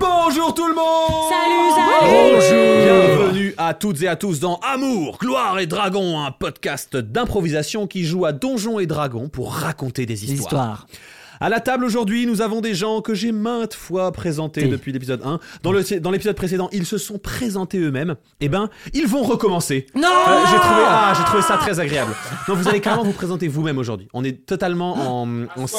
Bonjour tout le monde Salut, salut Bienvenue à toutes et à tous dans Amour, Gloire et Dragon, un podcast d'improvisation qui joue à Donjons et Dragons pour raconter des L'histoire. histoires. À la table aujourd'hui, nous avons des gens que j'ai maintes fois présentés T'es. depuis l'épisode 1. Dans le- dans l'épisode précédent, ils se sont présentés eux-mêmes. Eh ben, ils vont recommencer. Non Euh, j'ai trouvé, ah, j'ai trouvé ça très agréable. Non, vous allez carrément vous présenter vous-même aujourd'hui. On est totalement en, en- En vous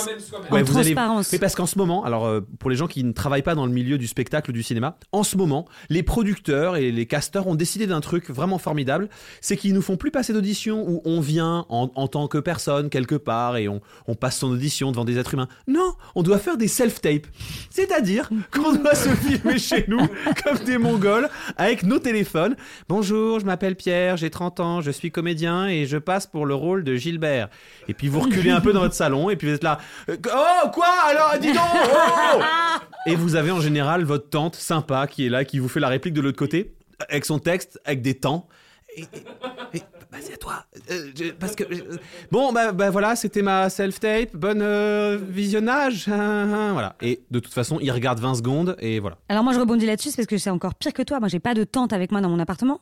allez- transparence. Mais parce qu'en ce moment, alors euh, pour les gens qui ne travaillent pas dans le milieu du spectacle ou du cinéma, en ce moment, les producteurs et les casteurs ont décidé d'un truc vraiment formidable, c'est qu'ils nous font plus passer d'audition où on vient en, en tant que personne quelque part et on, on passe son audition devant des êtres humains. Non, on doit faire des self-tapes. C'est-à-dire qu'on doit se filmer chez nous comme des Mongols avec nos téléphones. Bonjour, je m'appelle Pierre, j'ai 30 ans, je suis comédien et je passe pour le rôle de Gilbert. Et puis vous reculez un peu dans votre salon et puis vous êtes là. Euh, Oh, quoi alors Dis donc oh Et vous avez en général votre tante sympa qui est là, qui vous fait la réplique de l'autre côté, avec son texte, avec des temps. Et- et- et- bah, c'est à toi. Euh, je- parce que. je- bon, bah, bah, voilà, c'était ma self-tape. Bonne euh, visionnage. Hein, hein, voilà. Et de toute façon, il regarde 20 secondes et voilà. Alors moi je rebondis là-dessus c'est parce que c'est encore pire que toi. Moi j'ai pas de tente avec moi dans mon appartement.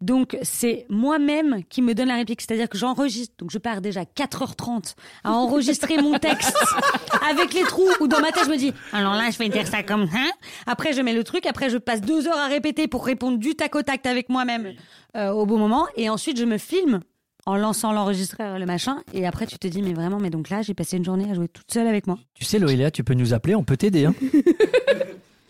Donc c'est moi-même qui me donne la réplique, c'est-à-dire que j'enregistre, donc je pars déjà 4h30 à enregistrer mon texte avec les trous où dans ma tête je me dis alors là je vais dire ça comme hein après je mets le truc, après je passe deux heures à répéter pour répondre du tac au tac avec moi-même euh, au bon moment et ensuite je me filme en lançant l'enregistreur le machin et après tu te dis mais vraiment mais donc là j'ai passé une journée à jouer toute seule avec moi. Tu sais, Loïla, tu peux nous appeler, on peut t'aider. hein.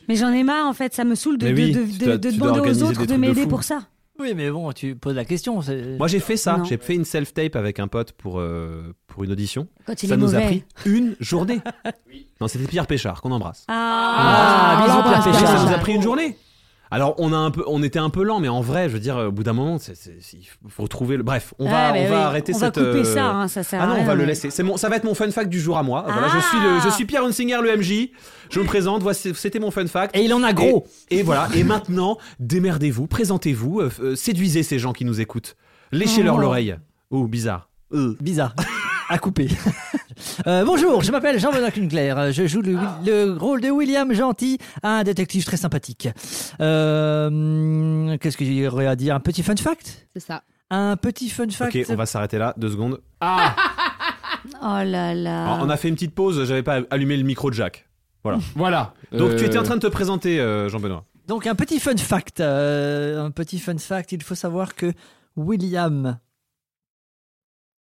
Mais j'en ai marre en fait, ça me saoule de, Mais de- oui, de- tu de- dois- de tu dois demander aux organiser autres des de trucs de m'aider fou. pour ça. Oui, mais bon, tu poses la question. c'est- Moi, j'ai fait ça. Non. J'ai fait une self-tape avec un pote pour, euh, pour une audition. Quand il ça est nous mauvais. a pris une journée. Non, c'était Pierre Péchard qu'on embrasse. Ah, Ah, bisous, on Pierre l'embrasse, Péchard. ça Péchard. nous a pris une journée. Alors on a un peu, on était un peu lent, mais en vrai, je veux dire, au bout d'un moment, c'est- c'est- il faut trouver le. Bref, on va, Ah, on mais oui, va arrêter on cette. va couper euh, ça, hein, ça sert Ah à non, on rien, va le mais- laisser. C'est mon, ça va être mon fun fact du jour à moi. Voilà, je suis le, je suis Pierre Hunsinger, le MJ. Je me présente. Voici, c'était mon fun fact. Et il en a gros. Et, et voilà. Et maintenant, démerdez-vous, présentez-vous, euh, euh, séduisez ces gens qui nous écoutent. Léchez-leur Oh. l'oreille. Oh, bizarre. Euh. Bizarre. À couper. Euh, bonjour, je m'appelle Jean-Benoît Kunkler. Euh, Je joue le, le rôle de William Gentil, un détective très sympathique. Euh, hum, Qu'est-ce que j'aurais à dire Un petit fun fact C'est ça. Un petit fun fact Ok, on va s'arrêter là, deux secondes. Ah Oh là là. Alors, On a fait une petite pause. J'avais pas allumé le micro de Jacques. Voilà. Voilà. Donc tu étais en train de te présenter, euh, Jean-Benoît. Donc un petit fun fact, euh, un petit fun fact, il faut savoir que William,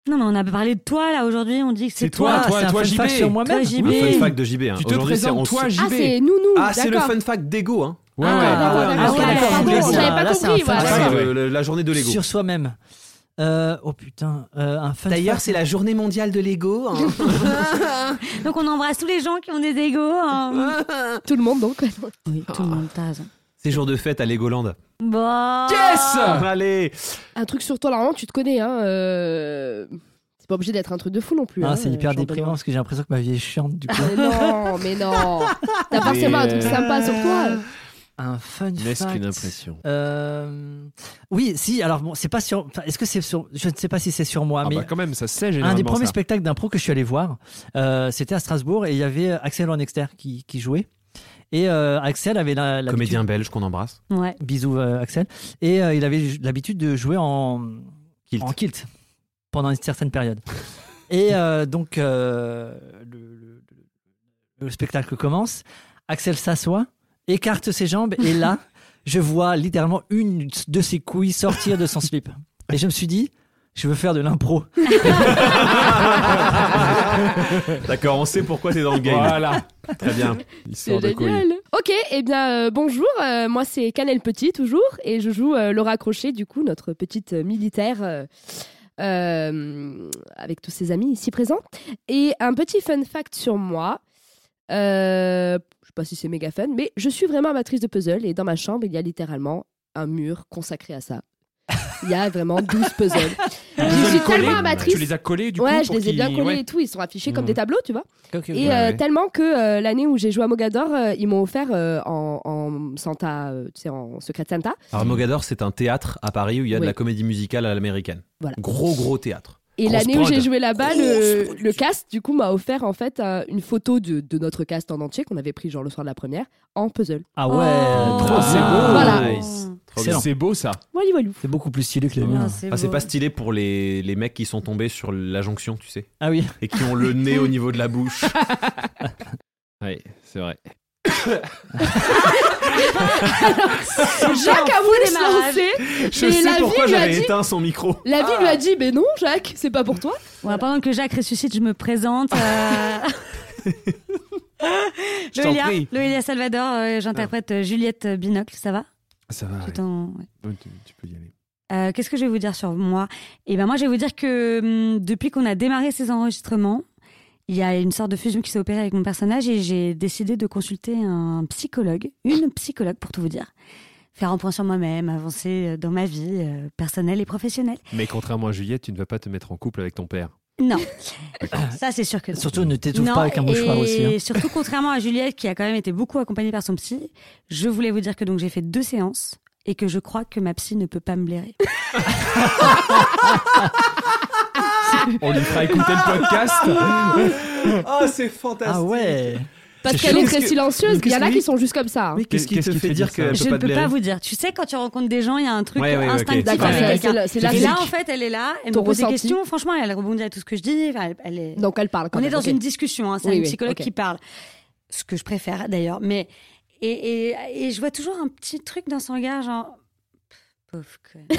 Non, mais on a parlé de toi là aujourd'hui, on dit que c'est C'est toi. toi, Ah, c'est un toi, fun JB. fact sur moi-même. Toi, JB. Le Mais- fun fact de JB. Hein. Tu te Aujourd'hui, c'est- on présentes se- toi, JB. Ah, c'est nous, nous. Ah, c'est le d'accord. fun fact d'ego. Hein. Ouais, Ah, ouais. d'accord, ouais, d'accord, ouais, d'accord. pardon, Pardon, on j'avais l'avait pas- pas là, c'est un compris, fun Ah, Ah, voilà. fact c'est ouais. le- le- la journée de l'ego. sur soi-même. Euh, oh putain, euh, un fun fact. la journée mondiale de l'ego. hein. Donc on embrasse tous les gens qui ont des égos. hein. Tout le monde, donc. Oui, tout le monde, t'as raison. c'est jour de fête à Legoland. Bon. Yes Allez Un truc sur toi, normalement, tu te connais. Hein, euh, C'est pas obligé d'être un truc de fou non plus. Ah, hein, c'est hyper Jean déprimant parce que j'ai l'impression que ma vie est chiante du coup. Benoît. Mais non, mais non. T'as forcément un truc euh, sympa sur toi. un fun N'est-ce fact. qu'une impression Euh, Oui, si. Alors bon, c'est pas sur. enfin, Est-ce que c'est sur Je ne sais pas si c'est sur moi, Ah, mais bah quand même, ça se sait un généralement. des premiers ça. spectacles d'impro que je suis allé voir, euh, c'était à Strasbourg et il y avait euh, Axel Ronexter qui, qui jouait. Et euh, Axel avait la, l'habitude- Comédien belge qu'on embrasse. Ouais. Bisous euh, Axel. Et euh, il avait ju- l'habitude de jouer en Kilt. en kilt pendant une certaine période. Et euh, donc euh, le, le- le- le spectacle commence. Axel s'assoit, écarte ses jambes et là, je vois littéralement une de ses couilles sortir de son slip. Et je me suis dit, je veux faire de l'impro. D'accord, on sait pourquoi t'es dans le game. Voilà. Très bien. C'est Histoire de couilles. génial. Ok, eh bien euh, bonjour, euh, moi c'est Canel Petit toujours et je joue euh, Laura Crochet, du coup notre petite euh, militaire euh, euh, avec tous ses amis ici présents. Et un petit fun fact sur moi, euh, je sais pas si c'est méga fun, mais je suis vraiment amatrice de puzzle et dans ma chambre il y a littéralement un mur consacré à ça. Il y a vraiment 12 puzzles. Tu Je les suis as collés tellement amatrice. Tu les as collés du coup ouais, je pour les ai bien qu'ils- collés ouais. et tout, ils sont affichés comme Mhm. des tableaux, tu vois. Et Ouais, euh, ouais. tellement que euh, l'année où j'ai joué à Mogador, euh, ils m'ont offert euh, en, en Santa, euh, tu sais, en Secret Santa. Armogador, c'est un théâtre à Paris où il y a de Oui. la comédie musicale à l'américaine. Voilà. Gros, gros théâtre. Et Grosse l'année où prod. j'ai joué là-bas, le, Grosse le cast, du coup, m'a offert en fait un- une photo de, de notre cast en entier qu'on avait pris genre le soir de la première en puzzle. Ah ouais, Oh. trop c'est bien. beau. Voilà. Nice. Trop Excellent. bien. C'est beau ça. Voilà, voilà. C'est beaucoup plus stylé que les Ah, miens. Ah, c'est Enfin, c'est beau. pas stylé pour les, les mecs qui sont tombés sur la jonction, tu sais, Ah oui, et qui ont le nez au niveau de la bouche. Oui, c'est vrai. Jacques a voulu se lancer. Je Et la sais vie pourquoi lui a j'avais dit- éteint son micro. La vie lui a dit, mais non, Jacques, c'est pas pour toi. Voilà, pendant que Jacques ressuscite, je me présente. euh, Je t'en Loelia, prie. Loelia Salvador, euh, j'interprète euh, Juliette Binocle, ça va Ça va. Tout en- ouais. Tu, peux y aller. Euh, Qu'est-ce que je vais vous dire sur moi Eh ben moi, je vais vous dire que hum, depuis qu'on a démarré ces enregistrements, il y a une sorte de fusion qui s'est opérée avec mon personnage et j'ai décidé de consulter un psychologue, une psychologue pour tout vous dire, faire un point sur moi-même, avancer euh, dans ma vie euh, personnelle et professionnelle. Mais contrairement à Juliette, tu ne vas pas te mettre en couple avec ton père. Non, Ah. ça c'est sûr que non. surtout ne t'étouffe Non, pas avec un mouchoir et aussi. hein. surtout, contrairement à Juliette, qui a quand même été beaucoup accompagnée par son psy, je voulais vous dire que donc j'ai fait deux séances et que je crois que ma psy ne peut pas me blairer. On lui fera écouter le podcast. Ah, c'est fantastique. Ah ouais. Parce C'est qu'elle chaud. est très Qu'est-ce que- silencieuse. Il y en a qu'est-ce que- qui sont juste comme ça. hein. Mais qu'est-ce qui Qu'est-ce te qui fait te dire dit ça qu'elle Je peut ne pas te peux pas blairer vous dire. Tu sais, quand tu rencontres des gens, il y a un truc Ouais, ouais, ouais, ok. instinctif D'accord, avec c'est- quelqu'un. c'est la- c'est la Et là, physique. en fait, elle est là, elle Ton me pose des ressenti. questions. Franchement, elle rebondit à tout ce que je dis. Enfin, elle- elle est... Donc elle parle quand On est même, dans ok. une discussion, hein, c'est Oui, une oui, psychologue ok. qui parle. Ce que je préfère d'ailleurs. Mais et, et- et je vois toujours un petit truc dans son regard, genre. Pauvre conne.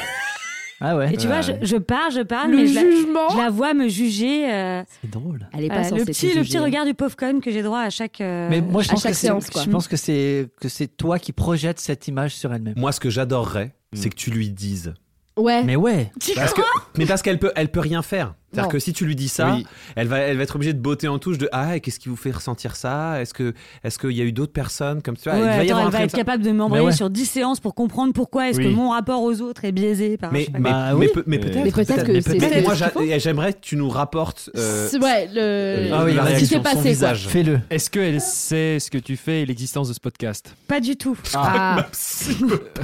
Ah ouais. Et tu vois, je, je parle, je parle, Le mais je la, jugement. je la vois me juger. euh, C'est drôle. Elle est euh, pas censée le te petit, le petit juger. hein. regard du pauvre con que j'ai droit à chaque. euh, Mais moi, je à pense, que chaque c'est- séance, quoi. je pense que c'est que c'est toi qui projettes cette image sur elle-même. Moi, ce que j'adorerais, Mm. c'est que tu lui dises. Ouais. Mais ouais. Parce que- mais parce qu'elle peut, elle peut rien faire. C'est-à-dire Non. que si tu lui dis ça, elle, va, elle va être obligée de botter en touche de Ah, et qu'est-ce qui vous fait ressentir ça Est-ce que, est-ce qu'il y a eu d'autres personnes comme ça ouais, Il va y attends, avoir un elle va truc être capable de m'envoyer Mais ouais. sur 10 séances pour comprendre pourquoi est-ce Oui. que mon rapport aux autres est biaisé par. Mais, je sais pas mais, quoi. Bah mais oui. peut- mais Mais peut-être. Mais peut-être que mais c'est. peut-être- Mais c'est- moi, ce j'a- qu'il faut. j'aimerais que tu nous rapportes euh, C'est- ouais, le. euh, Ah oui, la vas-y. ce qui s'est réaction, son passé. quoi. visage. Fais-le. Est-ce qu'elle sait ce que tu fais et l'existence de ce podcast Pas du tout. Ah.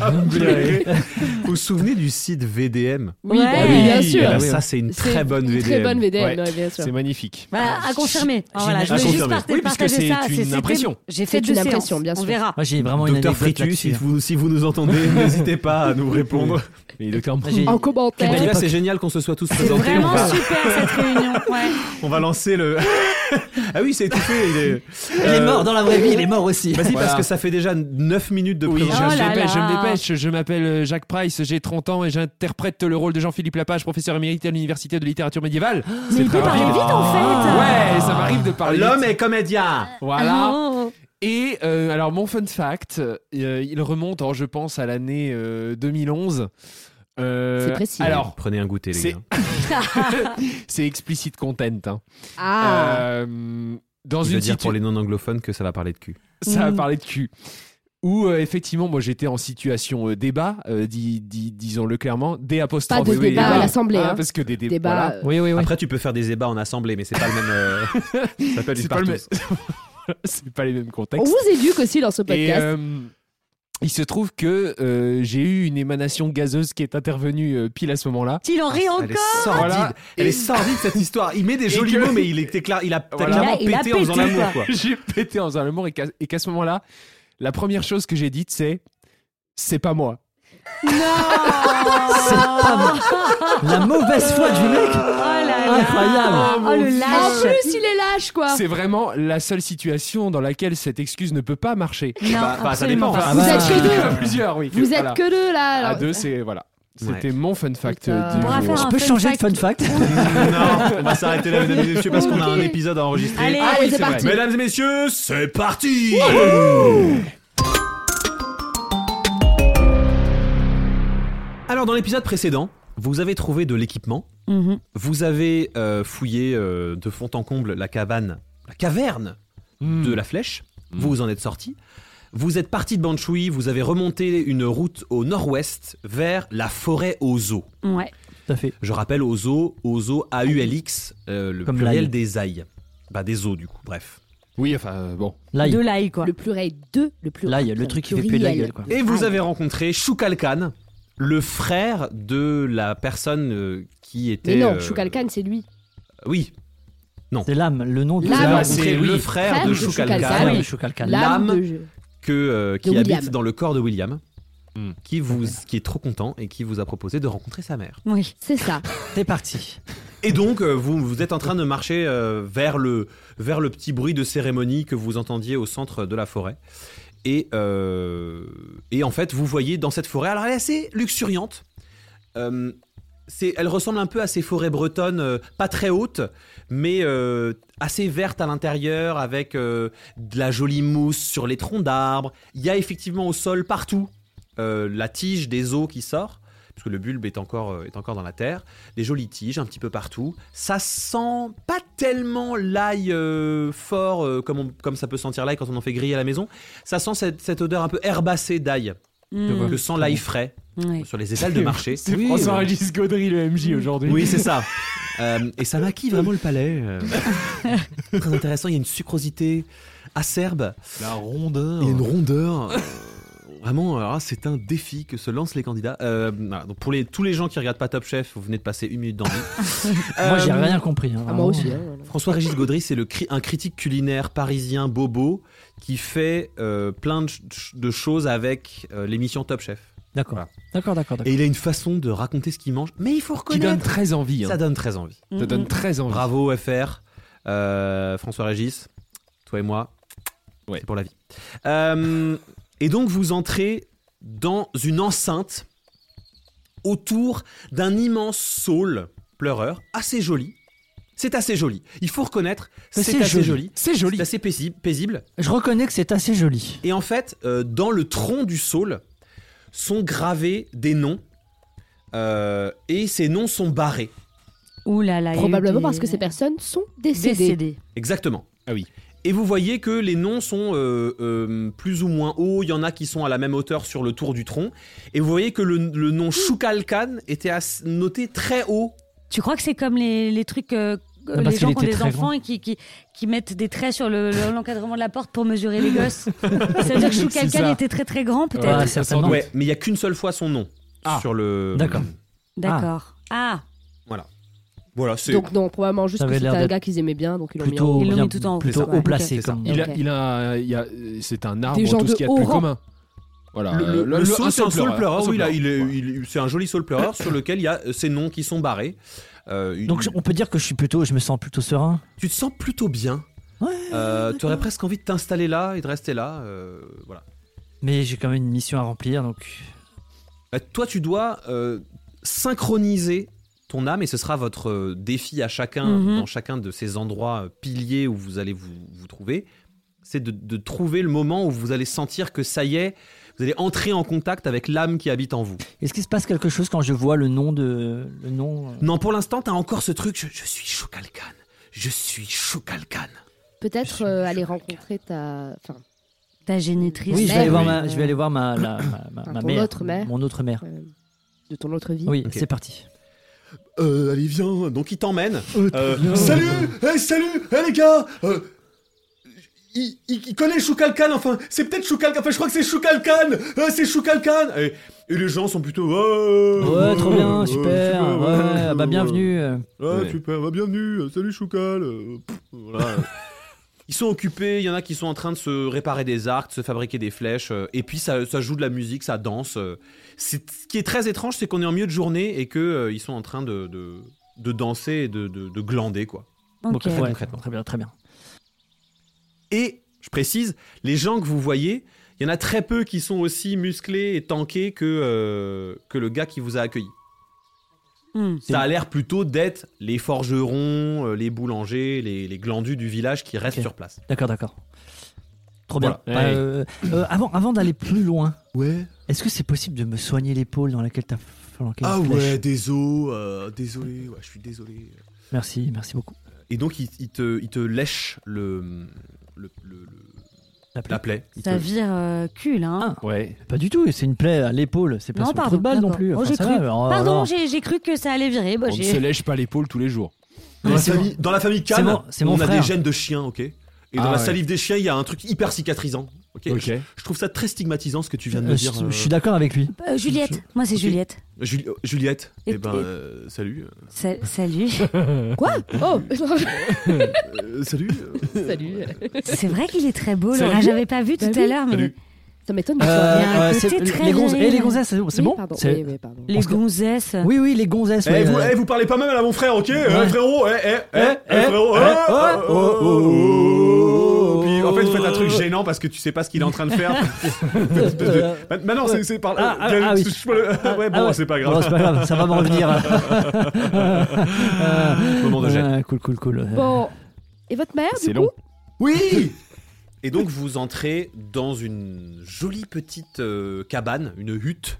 Ah. Vous vous souvenez du site VDM Oui, Ouais. bah Ah oui, oui, bien oui, sûr. bah Bah, oui, Ça, hein. c'est une C'est très bonne une VDM. Très bonne VDM, Ouais. ouais, bien sûr. C'est magnifique. Voilà, à confirmer. Ah, voilà, je À voulais juste confirmer. partager, Oui, parce que partager c'est ça. une c'était- impression. J'ai fait C'est deux une séances. impression, bien On sûr. verra. Moi, j'ai vraiment une Docteur anecdote Fritus, si là-dessus. hein. vous, si vous nous entendez, n'hésitez pas à nous répondre. Mais il est quand Moi, j'ai- En En Quelle belle tout commentaire. cas, c'est époque. génial qu'on se soit tous C'est présentés. On vraiment va, super cette réunion. Ouais. on va lancer le. ah oui, c'est étouffé. Il est, Euh, Il est mort dans la vraie vie, il est mort aussi. Vas-y, Voilà. parce que ça fait déjà 9 minutes de Oui, je, présentation. Oh là je dépêche, je là. me dépêche. Je m'appelle euh, Jacques Price, j'ai 30 ans et j'interprète le rôle de Jean-Philippe Lapage, professeur émérite à l'Université de littérature médiévale. Mais il Ah, peut très parler rapide. vite en hein. fait. Ouais, ça m'arrive de parler. L'homme vite. est comédien. Voilà. Oh. Et euh, alors, mon fun fact, euh, il remonte, alors, je pense, à l'année euh, 2011. Euh, C'est précis. hein. Alors, prenez un goûter, c'est- c'est explicite content. hein. Ah. Euh, dans Je une veux dire situ- pour les non-anglophones que ça va parler de cul. ça a Mm. parlé de cul. Où euh, effectivement, moi j'étais en situation euh, débat, euh, dis- dis- disons-le clairement, des apostrophes. Pas de débat à l'Assemblée, Ah, hein. parce que des débats. Débat. Oui, oui, oui. Après, tu peux faire des ébats en assemblée, mais c'est pas le même. euh, ça s'appelle une C'est pas, le partouze. même- c'est pas les mêmes On contextes. vous éduque aussi dans ce Et Oh, podcast. euh, il se trouve que euh, j'ai eu une émanation gazeuse qui est intervenue euh, pile à ce moment-là. Il en rit encore. Elle est sordide. Voilà. Elle est sordide cette histoire. Il met des Et jolis que- mots, mais il est éclair- Il a t'as Voilà. clairement Il a- il a pété en faisant pété, l'amour, quoi. j'ai pété en un amour et qu'à et qu'à ce moment-là, la première chose que j'ai dite, c'est c'est pas moi. C'est pas moi. La mauvaise foi du mec. Oh là là. Incroyable. Oh le En lâche. plus, il est lâche, quoi. C'est vraiment la seule situation dans laquelle cette excuse ne peut pas marcher. Non, Bah, bah, ça absolument dépend. pas. Ah bah. êtes que deux. Plusieurs, oui. Vous êtes Voilà. que deux là. À alors. deux, c'est voilà. C'était mon fun fact euh, Putain. du On pourra jour. faire On un peut fun changer de fun fact. fact. non, on va s'arrêter là, mesdames et messieurs, parce qu'on a un Ok. épisode à enregistrer. Allez, Ah oui, c'est c'est parti. Mesdames et messieurs, c'est parti Alors dans l'épisode précédent, vous avez trouvé de l'équipement, Mhm. vous avez euh, fouillé euh, de fond en comble la cabane, la caverne Hmm, Mm. de la flèche, Mm. vous vous en êtes sorti, vous êtes parti de Banshui, vous avez remonté une route au nord-ouest vers la forêt aux eaux. Ouais. Tout à fait. Je rappelle aux eaux, aux eaux A-U-L-X, euh, le Comme l'ail. pluriel des aïs. Bah des eaux du coup, bref. Oui, enfin euh, bon. L'ail. De l'ail, quoi. Le pluriel 2, le pluriel. L'ail, le truc qui fait puer de la gueule, quoi. Et vous Ah. avez rencontré Shukalkan, le frère de la personne euh, qui était. Mais non, euh, Shukalkan, c'est lui. Oui, C'est l'âme, le nom de L'âme. vous avez Ah, rencontré c'est le lui. frère, Frère de de Shukalkan Shukalkan. L'âme oui. de Shukalkan. L'âme. de jeu. que, euh, qui William. habite dans le corps de William, Hmm. qui, vous, qui est trop content et qui vous a proposé de rencontrer sa mère. Oui. C'est ça. C'est parti. Et donc, euh, vous, vous êtes en train de marcher euh, vers, le, vers le petit bruit de cérémonie que vous entendiez au centre de la forêt. Et, euh, et en fait, vous voyez dans cette forêt, alors elle est assez luxuriante. Euh, c'est- elle ressemble un peu à ces forêts bretonnes, euh, pas très hautes, mais euh, assez vertes à l'intérieur, avec euh, de la jolie mousse sur les troncs d'arbres. Il y a effectivement au sol partout euh, la tige des eaux qui sort, puisque le bulbe est encore, euh, est encore dans la terre des jolies tiges un petit peu partout. Ça sent pas tellement l'ail euh, fort euh, comme, on- comme ça peut sentir l'ail quand on en fait griller à la maison. Ça sent cette, cette odeur un peu herbacée d'ail Mhm. que sent l'ail frais Ouais. sur les étals de marché. C'est Oui. Mm. François Régis Gaudry, le MJ aujourd'hui. Oui, c'est ça. Euh, et ça maquille vraiment le palais. euh. Très intéressant, il y a une sucrosité acerbe La rondeur. et une rondeur. euh, Vraiment, alors là, c'est un défi que se lancent les candidats. Euh, voilà, donc pour les, tous les gens qui regardent pas Top Chef, vous venez de passer une minute d'ennui. Moi, j'ai Euh, rien compris. hein, Ah, moi vraiment. aussi. hein, voilà. François-Régis Gaudry, c'est le cri- un critique culinaire parisien bobo qui fait euh, plein de, ch- de choses avec euh, l'émission Top Chef. D'accord. Voilà. D'accord, d'accord, d'accord. Et il a une façon de raconter ce qu'il mange, mais il faut Qui donne reconnaître. très envie. hein. Ça donne très envie. Ça donne Mhm. très envie. Bravo FR, euh, François-Régis, toi et moi, Ouais. c'est pour la vie. Euh, et donc vous entrez dans une enceinte autour d'un immense saule pleureur, assez joli. C'est assez joli. Il faut reconnaître, Mais c'est c'est assez joli. joli. C'est joli. C'est assez paisible, paisible. Je reconnais que c'est assez joli. Et en fait, euh, dans le tronc du saule sont gravés des noms. euh, et ces noms sont barrés. Ouh là là. il y a eu Probablement des- parce que ces personnes sont décédées. décédé. Exactement. Ah oui. Et vous voyez que les noms sont euh, euh, plus ou moins hauts. Il y en a qui sont à la même hauteur sur le tour du tronc. Et vous voyez que le, le nom Shukalkan était as- noté très haut. Tu crois que c'est comme les, les trucs. euh, Non, parce les qu'il gens qui ont était des très enfants grand. et qui, qui, qui mettent des traits sur le- le- l'encadrement de la porte pour mesurer les gosses. ça veut dire que C'est Choukalkan ça. était très très grand peut-être. Ouais, Ouais, certainement. sans doute. Ouais, mais il n'y a qu'une seule fois son nom Ah. sur le. D'accord. D'accord. Ah, Voilà, c'est. Donc non, probablement juste Ça que avait c'était l'air un d'être gars qu'ils aimaient bien, donc ils l'ont mis en Plutôt, Ils l'ont bien- mis tout en haut. plutôt C'est ça. haut placé. C'est ça. comme- Il a, il a, euh, il a- c'est un arbre, Des gens tout ce de qu'il y a de haut plus rang. commun. Voilà. Le, le, euh, le, saule- un c'est un saule saule pleureur, pleureur, oui, là, il est- Voilà. il- c'est un joli saule pleureur sur lequel il y a euh, ces noms qui sont barrés. Euh, il- Donc je- on peut dire que je suis plutôt, je me sens plutôt serein. tu te sens plutôt bien. Euh, Ouais, tu aurais presque envie de t'installer là et de rester là. euh, voilà. Mais j'ai quand même une mission à remplir, donc Euh, toi, tu dois euh, synchroniser ton âme et ce sera votre euh, défi à chacun Mhm. dans chacun de ces endroits euh, piliers où vous allez vous, vous trouver. C'est de, de trouver le moment où vous allez sentir que ça y est, vous allez entrer en contact avec l'âme qui habite en vous. Est-ce qu'il se passe quelque chose quand je vois le nom de le nom euh, Non, pour l'instant, t'as encore ce truc. Je, je suis Shukalkan. Je suis Shukalkan. Peut-être euh, aller rencontrer ta. Enfin, ta génitrice. Oui, je vais aller mère, voir oui. ma, je vais aller voir ma, la- ma- ma- Enfin, ma ton mère, autre mère. mon autre mère. euh, de ton autre vie. Oui, Ok. c'est parti. Euh, allez, viens. Donc, il t'emmène. Euh, bien. salut Hey, salut Hey, les gars Euh, il, il- il connaît Choukalkan, enfin, c'est peut-être Choukalkan, enfin, je crois que c'est Choukalkan Euh, C'est Choukalkan et, et les gens sont plutôt... Oh, Ouais, trop bien, euh, super. euh, Ouais, euh, bah bienvenue. euh. Ouais, Ouais. super, bah, bienvenue, euh, salut Choukal euh, pff, voilà. Ils sont occupés, il y en a qui sont en train de se réparer des arcs, de se fabriquer des flèches, euh, et puis ça, ça joue de la musique, ça danse. euh. C'est- Ce qui est très étrange, c'est qu'on est en milieu de journée et qu'ils ils sont en train de, de, de danser et de, de- de glander, quoi. Ben, Ok. Donc, ouais, Concrètement. Très bien, très bien. Et, je précise, les gens que vous voyez, il Il y en a très peu qui sont aussi musclés et tankés que, euh, que le gars qui vous a accueilli. Hmm. Ça a l'air plutôt d'être les forgerons, euh, les boulangers, les, les glandus du village qui restent Ok. sur place. D'accord, d'accord. Trop bien. Voilà. Bah, euh, euh, avant avant d'aller plus loin, Ouais. est-ce que c'est possible de me soigner l'épaule dans laquelle t'as dans laquelle Ah une flèche ouais, désolé, euh, désolé, ouais, je suis désolé. Merci, merci beaucoup. Et donc, il, il te, il te lèche le, le- le- le- La la plaie. plaie. Il Ça te- vire euh, cul, hein. Ah, Ouais. Pas du tout, c'est une plaie à l'épaule, c'est pas Non, sur le trou pardon, de balle non d'accord. plus. Ah, Oh, j'ai ça cru. va, alors- Pardon, alors- j'ai j'ai cru que ça allait virer. Bah, On ne j'ai- se lèche pas l'épaule tous les jours. Dans, Mais la c'est famille, dans la famille Khan, c'est mon- c'est mon on a frère. des gènes de chiens, ok Et dans Ah la ouais. salive des chiens, il y a un truc hyper cicatrisant. ok Ok. Je, je trouve ça très stigmatisant ce que tu viens de Euh, me je, dire. euh, je suis d'accord avec lui. Euh, Juliette, moi c'est Ok. Juliette. Juli- euh, Juliette, Et- eh ben, et- euh, salut. Sa- salut. Quoi Oh Euh, salut. euh, Salut. C'est vrai qu'il est très beau, Salut. Laura. J'avais pas vu Bah tout à oui. l'heure, mais Salut. Ça m'étonne du Euh, tout. il y a un ouais, côté c'est- très les, gonzes- viril. eh, les gonzesses, c'est bon, c'est Oui, bon pardon. C'est- Oui, oui, pardon. les On se- gonzesses. Oui, oui, euh. les gonzesses. Eh, ouais, vous, ouais. eh, vous parlez pas mal à mon frère, ok Eh, Ouais. Frérot, eh, eh, eh, eh, eh, frérot, eh, eh, oh, euh, oh, oh, oh, oh, Puis, en fait, vous faites un truc oh. gênant parce que tu sais pas ce qu'il est en train de faire. Euh, Maintenant, Bah, c'est c'est par Ah, ah, euh, ah oui. je- je- Ouais, Ah bon, ouais. c'est pas Bon, grave. c'est pas grave, ça va me revenir. Euh, Moment de gêne. euh, cool, cool, cool. Euh, Bon. Et votre mère, C'est du long. coup Oui Et donc vous entrez dans une jolie petite euh, cabane, une hutte.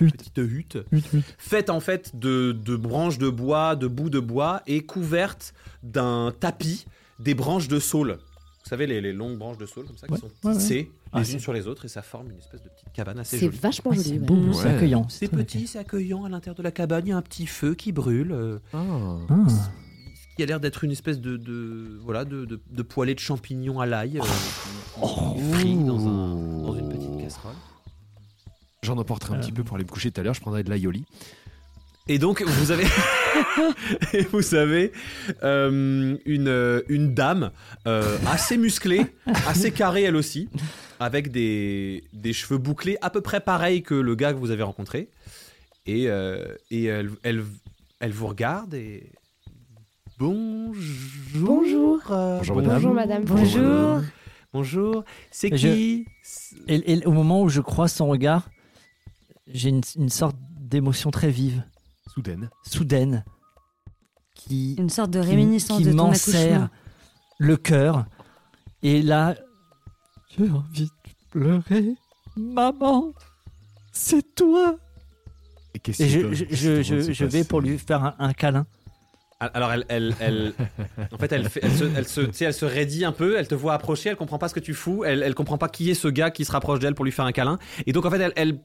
Hutte. Petite hutte. huit, huit. Faite en fait de, de branches de bois, de bouts de bois et couverte d'un tapis, des branches de saule. Vous savez, les, les longues branches de saule comme ça Ouais, qui sont ouais, ouais. tissées Ah, les c'est- unes sur les autres et ça forme une espèce de petite cabane assez C'est jolie. vachement Ah, joli. c'est ouais. beau, c'est Ouais. accueillant. C'est très petit, c'est accueillant. À l'intérieur de la cabane, il y a un petit feu qui brûle. euh, bien. Ah, ce qui a l'air d'être une espèce de, de- voilà de, de, de poêlée de champignons à l'ail euh, qui- qui est Oh. frit dans, un- dans une petite casserole. J'en emporterai un petit peu pour aller me coucher tout à l'heure. Je prendrai de l'aioli. Et donc vous avez et vous avez euh, une euh, une dame euh, assez musclée, assez carrée elle aussi, avec des des cheveux bouclés à peu près pareils que le gars que vous avez rencontré. Et euh, et elle elle elle vous regarde et bonjour Bonjour. euh, Bonjour, madame. Bonjour, madame. Bonjour. Bonjour, c'est Et je- qui Et, et au moment où je croise son regard, j'ai une, une sorte d'émotion très vive, Soudaine. soudaine, qui, Une sorte de qui- réminiscence qui de ton m'en accouchement. serre le cœur. Et là, j'ai envie de pleurer. Maman, c'est toi. Et qu'est-ce Et qui je, peut- je, qu'est-ce je, qui peut se je- je vais passer pour lui faire un, un câlin. Al- Alors elle, elle, elle- en fait, elle, fait- elle se, elle se, tu sais, elle se raidit un peu. Elle te voit approcher. Elle comprend pas ce que tu fous. Elle, elle comprend pas qui est ce gars qui se rapproche d'elle pour lui faire un câlin. Et donc en fait, elle, elle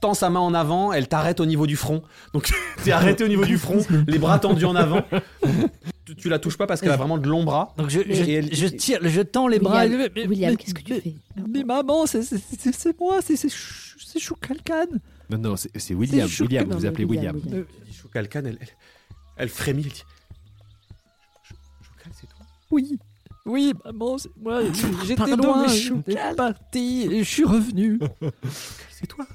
tend sa main en avant. Elle t'arrête au niveau du front. Donc t'es arrêté au niveau du front, les bras tendus en avant. Tu, tu la touches pas parce qu'elle a vraiment de longs bras. Donc je, Mais- je, Et elle- je tire, je tends les bras. William, Ah, Mais- mais- William, mais- qu'est-ce que tu mais- fais Mais maman, c'est- c'est c'est- c'est moi, c'est c'est Chou- c'est Choukalkan. Non, non, c'est c'est William. chou- William, Non, vous mais appelez William, William. William. Tu dis, Choukalkan, elle, elle, elle frémit. Elle dit, Chou- Chou- Choukalkan, c'est toi Oui, oui, maman, c'est moi. J'étais Ah, Pardon, loin, mais j'étais parti et je suis revenu. Choukal, C'est toi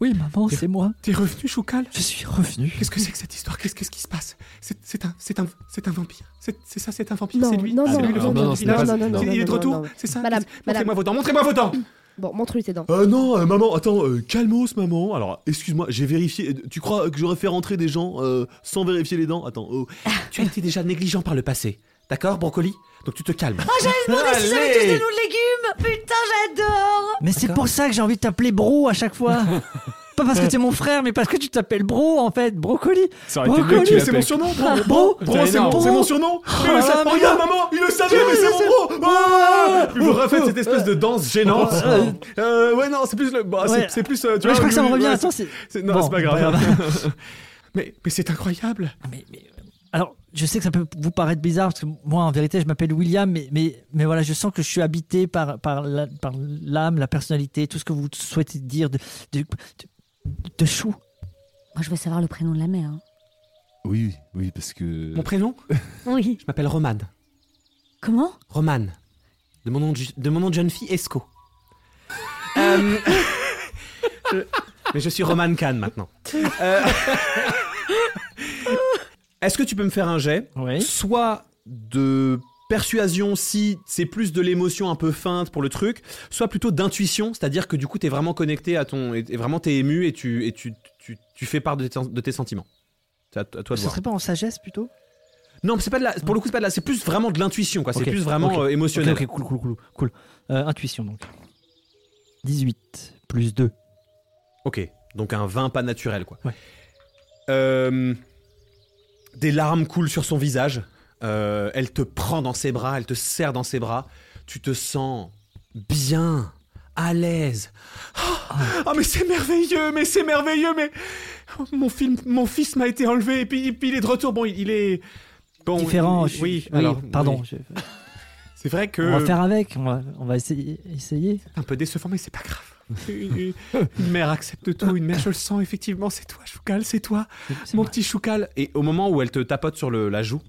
Oui, maman, c'est moi. T'es revenu, Choukal Je suis revenu. Qu'est-ce que c'est que cette histoire Qu'est-ce qu'est-ce qui se passe C'est c'est un, c'est un, c'est un vampire. C'est c'est ça, c'est un vampire. Non, C'est lui. Ah, non, c'est non, lui le non, vampire. non, non, du non, village. non, non, non, C'est- il est de non, retour. non, non. C'est ça. Madame, madame. Montrez-moi vos dents. Montrez-moi vos dents. Bon, montre-lui tes Oh, dents. Ah non, euh, maman, attends, euh, calmos, maman. Alors, excuse-moi, j'ai vérifié. Euh, Tu crois que j'aurais fait rentrer des gens euh, sans vérifier les dents Attends, oh. Tu as été déjà négligent par le passé, d'accord, Brocoli Donc tu te calmes. Oh, j'avais demandé si j'avais tous des lots de légumes. Putain, j'adore. Ah, Mais c'est pour ça que j'ai envie de t'appeler Bro à chaque fois. Pas parce que t'es mon frère, mais parce que tu t'appelles Bro en fait, Brocoli. Ça aurait été mieux que tu c'est mon surnom, bro. Bro, Bro, c'est énorme. mon, c'est mon surnom. Oh, Mais là le sa- là, mais regarde, maman, il le savait, mais c'est mon bro. Ah oh, Puis vous refaites cette espèce de danse gênante. Euh, Euh, ouais, non, c'est plus le. bah, Ouais. c'est- C'est plus. euh, tu Ouais, vois, je crois que ça me oui, revient. ouais, Attends, c'est. c'est- Non, Bon, bah, c'est pas grave. Mais, mais c'est incroyable. Mais- mais- euh, alors, je sais que ça peut vous paraître bizarre, parce que moi, en vérité, je m'appelle William, mais, mais, mais voilà, je sens que je suis habité par, par, la- par l'âme, la personnalité, tout ce que vous souhaitez dire de, de, de- de chou. Moi, je veux savoir le prénom de la mère. hein. Oui, oui, parce que. Euh. Mon prénom Oui. Je m'appelle Roman. Comment Roman. De mon nom de, ju- de mon nom de jeune fille, Esco. Euh, je- mais je suis Roman Khan maintenant. Euh, Est-ce que tu peux me faire un jet Oui. soit de Persuasion, si c'est plus de l'émotion un peu feinte pour le truc, soit plutôt d'intuition, c'est-à-dire que du coup, t'es vraiment connecté à ton. Et et vraiment, t'es ému et tu, et tu, tu, tu fais part de tes, de tes sentiments. C'est à, à toi de Ce voir. serait pas en sagesse plutôt Non, mais c'est pas de la, pour le coup, c'est pas de la, c'est plus vraiment de l'intuition, quoi. C'est Ok, plus vraiment ok, euh, Ok, émotionnel. ok, cool, cool, cool. cool. Euh, intuition donc. 18 plus 2. Ok, donc un vin pas naturel, quoi. Ouais. Euh, des larmes coulent sur son visage. Euh, elle te prend dans ses bras, elle te serre dans ses bras. Tu te sens bien, à l'aise. Ah, ah, mais c'est merveilleux, mais c'est merveilleux, mais Oh, mon, film, mon fils m'a été enlevé et puis, et puis il est de retour. Bon, il, il est bon, Différent. il- je- oui, alors, pardon. oui. Euh, je- C'est vrai que On va faire avec. On va, on va essayer. essayer. un peu décevant, mais c'est pas grave. Une, une- une mère accepte tout, une mère je le sens effectivement, c'est toi, Choucal, c'est toi. Ah, C'est Mon bon. petit choucal. Et au moment où elle te tapote sur le, la joue,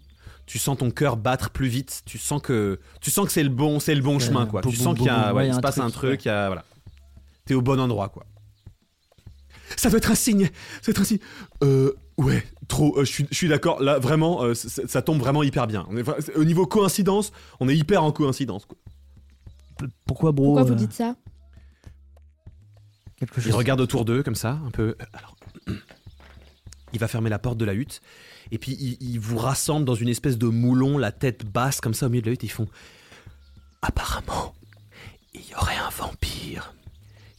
tu sens ton cœur battre plus vite. Tu sens que tu sens que c'est le bon, c'est le bon Euh, chemin quoi. boum, tu boum, sens qu'il y boum, boum, a, ouais, ouais, il un se passe un truc, truc. il y a- voilà, t'es au bon endroit quoi. Ça doit être un signe. Ça doit être un signe. Euh, ouais, trop. euh, je suis- je suis d'accord. Là, vraiment, euh, c- c- ça tombe vraiment hyper bien. On est vra- au niveau coïncidence, on est hyper en coïncidence. quoi. P- Pourquoi, bro Pourquoi vous euh, dites ça quelque Il chose regarde autour d'eux comme ça, un peu. Alors, il va fermer la porte de la hutte et puis il, il vous rassemble dans une espèce de moulon, la tête basse comme ça au milieu de la hutte. Ils font. Apparemment, il y aurait un vampire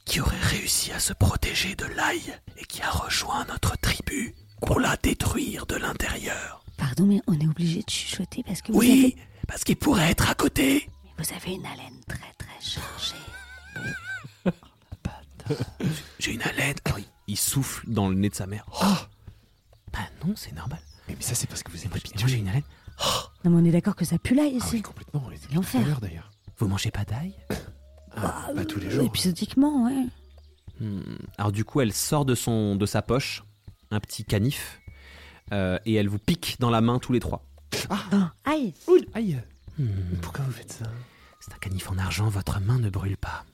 qui aurait réussi à se protéger de l'ail et qui a rejoint notre tribu pour la détruire de l'intérieur. Pardon, mais on est obligé de chuchoter parce que vous, avez, Oui, parce qu'il pourrait être à côté. vous avez une haleine très très chargée. J'ai une haleine. Alors, il- il souffle dans le nez de sa mère. Oh bah non, c'est normal. Eh, Mais, mais ça, c'est parce que vous êtes Mais moi, j'ai une haleine. Non, mais on est d'accord que ça pue là Ah ici. oui, complètement. On les a dit tout à l'enfer. l'heure, d'ailleurs. Vous mangez pas d'ail Ah, pas tous les Euh, jours. Épisodiquement, ouais. Hmm. Alors du coup, elle sort de son de sa poche un petit canif euh, et elle vous pique dans la main tous les trois. Ah, aïe, Aïe. Hmm. Pourquoi vous faites ça C'est un canif en argent, votre main ne brûle pas.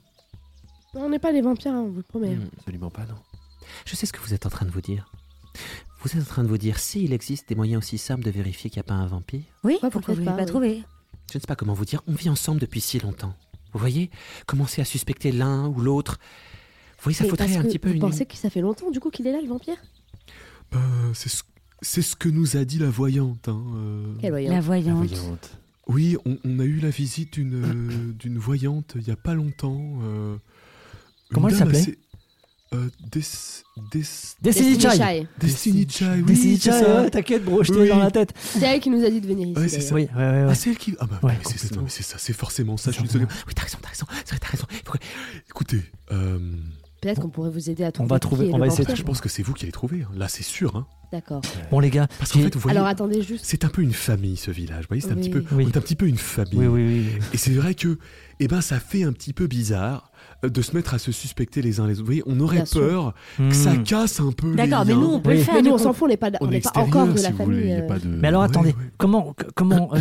Non, On n'est pas des vampires, hein, on vous le promet. Hmm. Absolument pas, non. Je sais ce que vous êtes en train de vous dire. Vous êtes en train de vous dire s'il existe des moyens aussi simples de vérifier qu'il n'y a pas un vampire. oui, Ouais, pourquoi peut-être vous ne pas, l'avez pas oui. trouvé Je ne sais pas comment vous dire. On vit ensemble depuis si longtemps. Vous voyez, commencer à suspecter l'un ou l'autre. Vous voyez, ça Mais faudrait parce un que petit peu vous une. pensez que ça fait longtemps du coup qu'il est là le vampire Bah, c'est ce, c'est ce que nous a dit la voyante. hein, euh. Quel La voyant. Ah, voyante. Oui, on, on a eu la visite d'une euh, d'une voyante il y a pas longtemps. euh, une Comment elle dame s'appelait assez- euh, Des- Des- Destiny Destiny Child. Child. Destiny Chai, oui, Destiny c'est Child, ça. ouais, t'inquiète, bro, je t'ai Oui. dans la tête. C'est elle qui nous a dit de venir ici. Ouais, c'est d'ailleurs. ça. Oui, ouais, ouais, ouais. Ah, c'est elle qui. Ah, bah, Ouais, mais c'est ça, complètement. mais c'est ça, c'est forcément ça, je suis désolé. Sûrement. Oui, t'as raison, t'as raison. C'est vrai, t'as raison. Il faut que- Écoutez, euh, Peut-être qu'on pourrait vous aider à trouver. va qui trouver, est on le va essayer de- vampire. je pense que c'est vous qui allez trouver, hein. là, c'est sûr. hein. D'accord. Bon, les gars, Parce qu'en j'ai- fait, vous voyez, Alors attendez juste. c'est un peu une famille, ce village. Vous voyez, c'est un petit peu. Oui. Oui. On est un petit peu une famille. oui, oui, oui. oui. Et c'est vrai que, eh ben, ça fait un petit peu bizarre euh, de se mettre à se suspecter les uns les autres. Vous voyez, on aurait Bien sûr. peur que ça Hmm. casse un peu les D'accord, mais liens. nous on peut Oui. le Mais faire. nous, du on coup. s'en fout, on n'est pas, on n'est pas encore de la famille. euh, Mais alors Ouais, attendez, ouais. comment, que- comment, euh,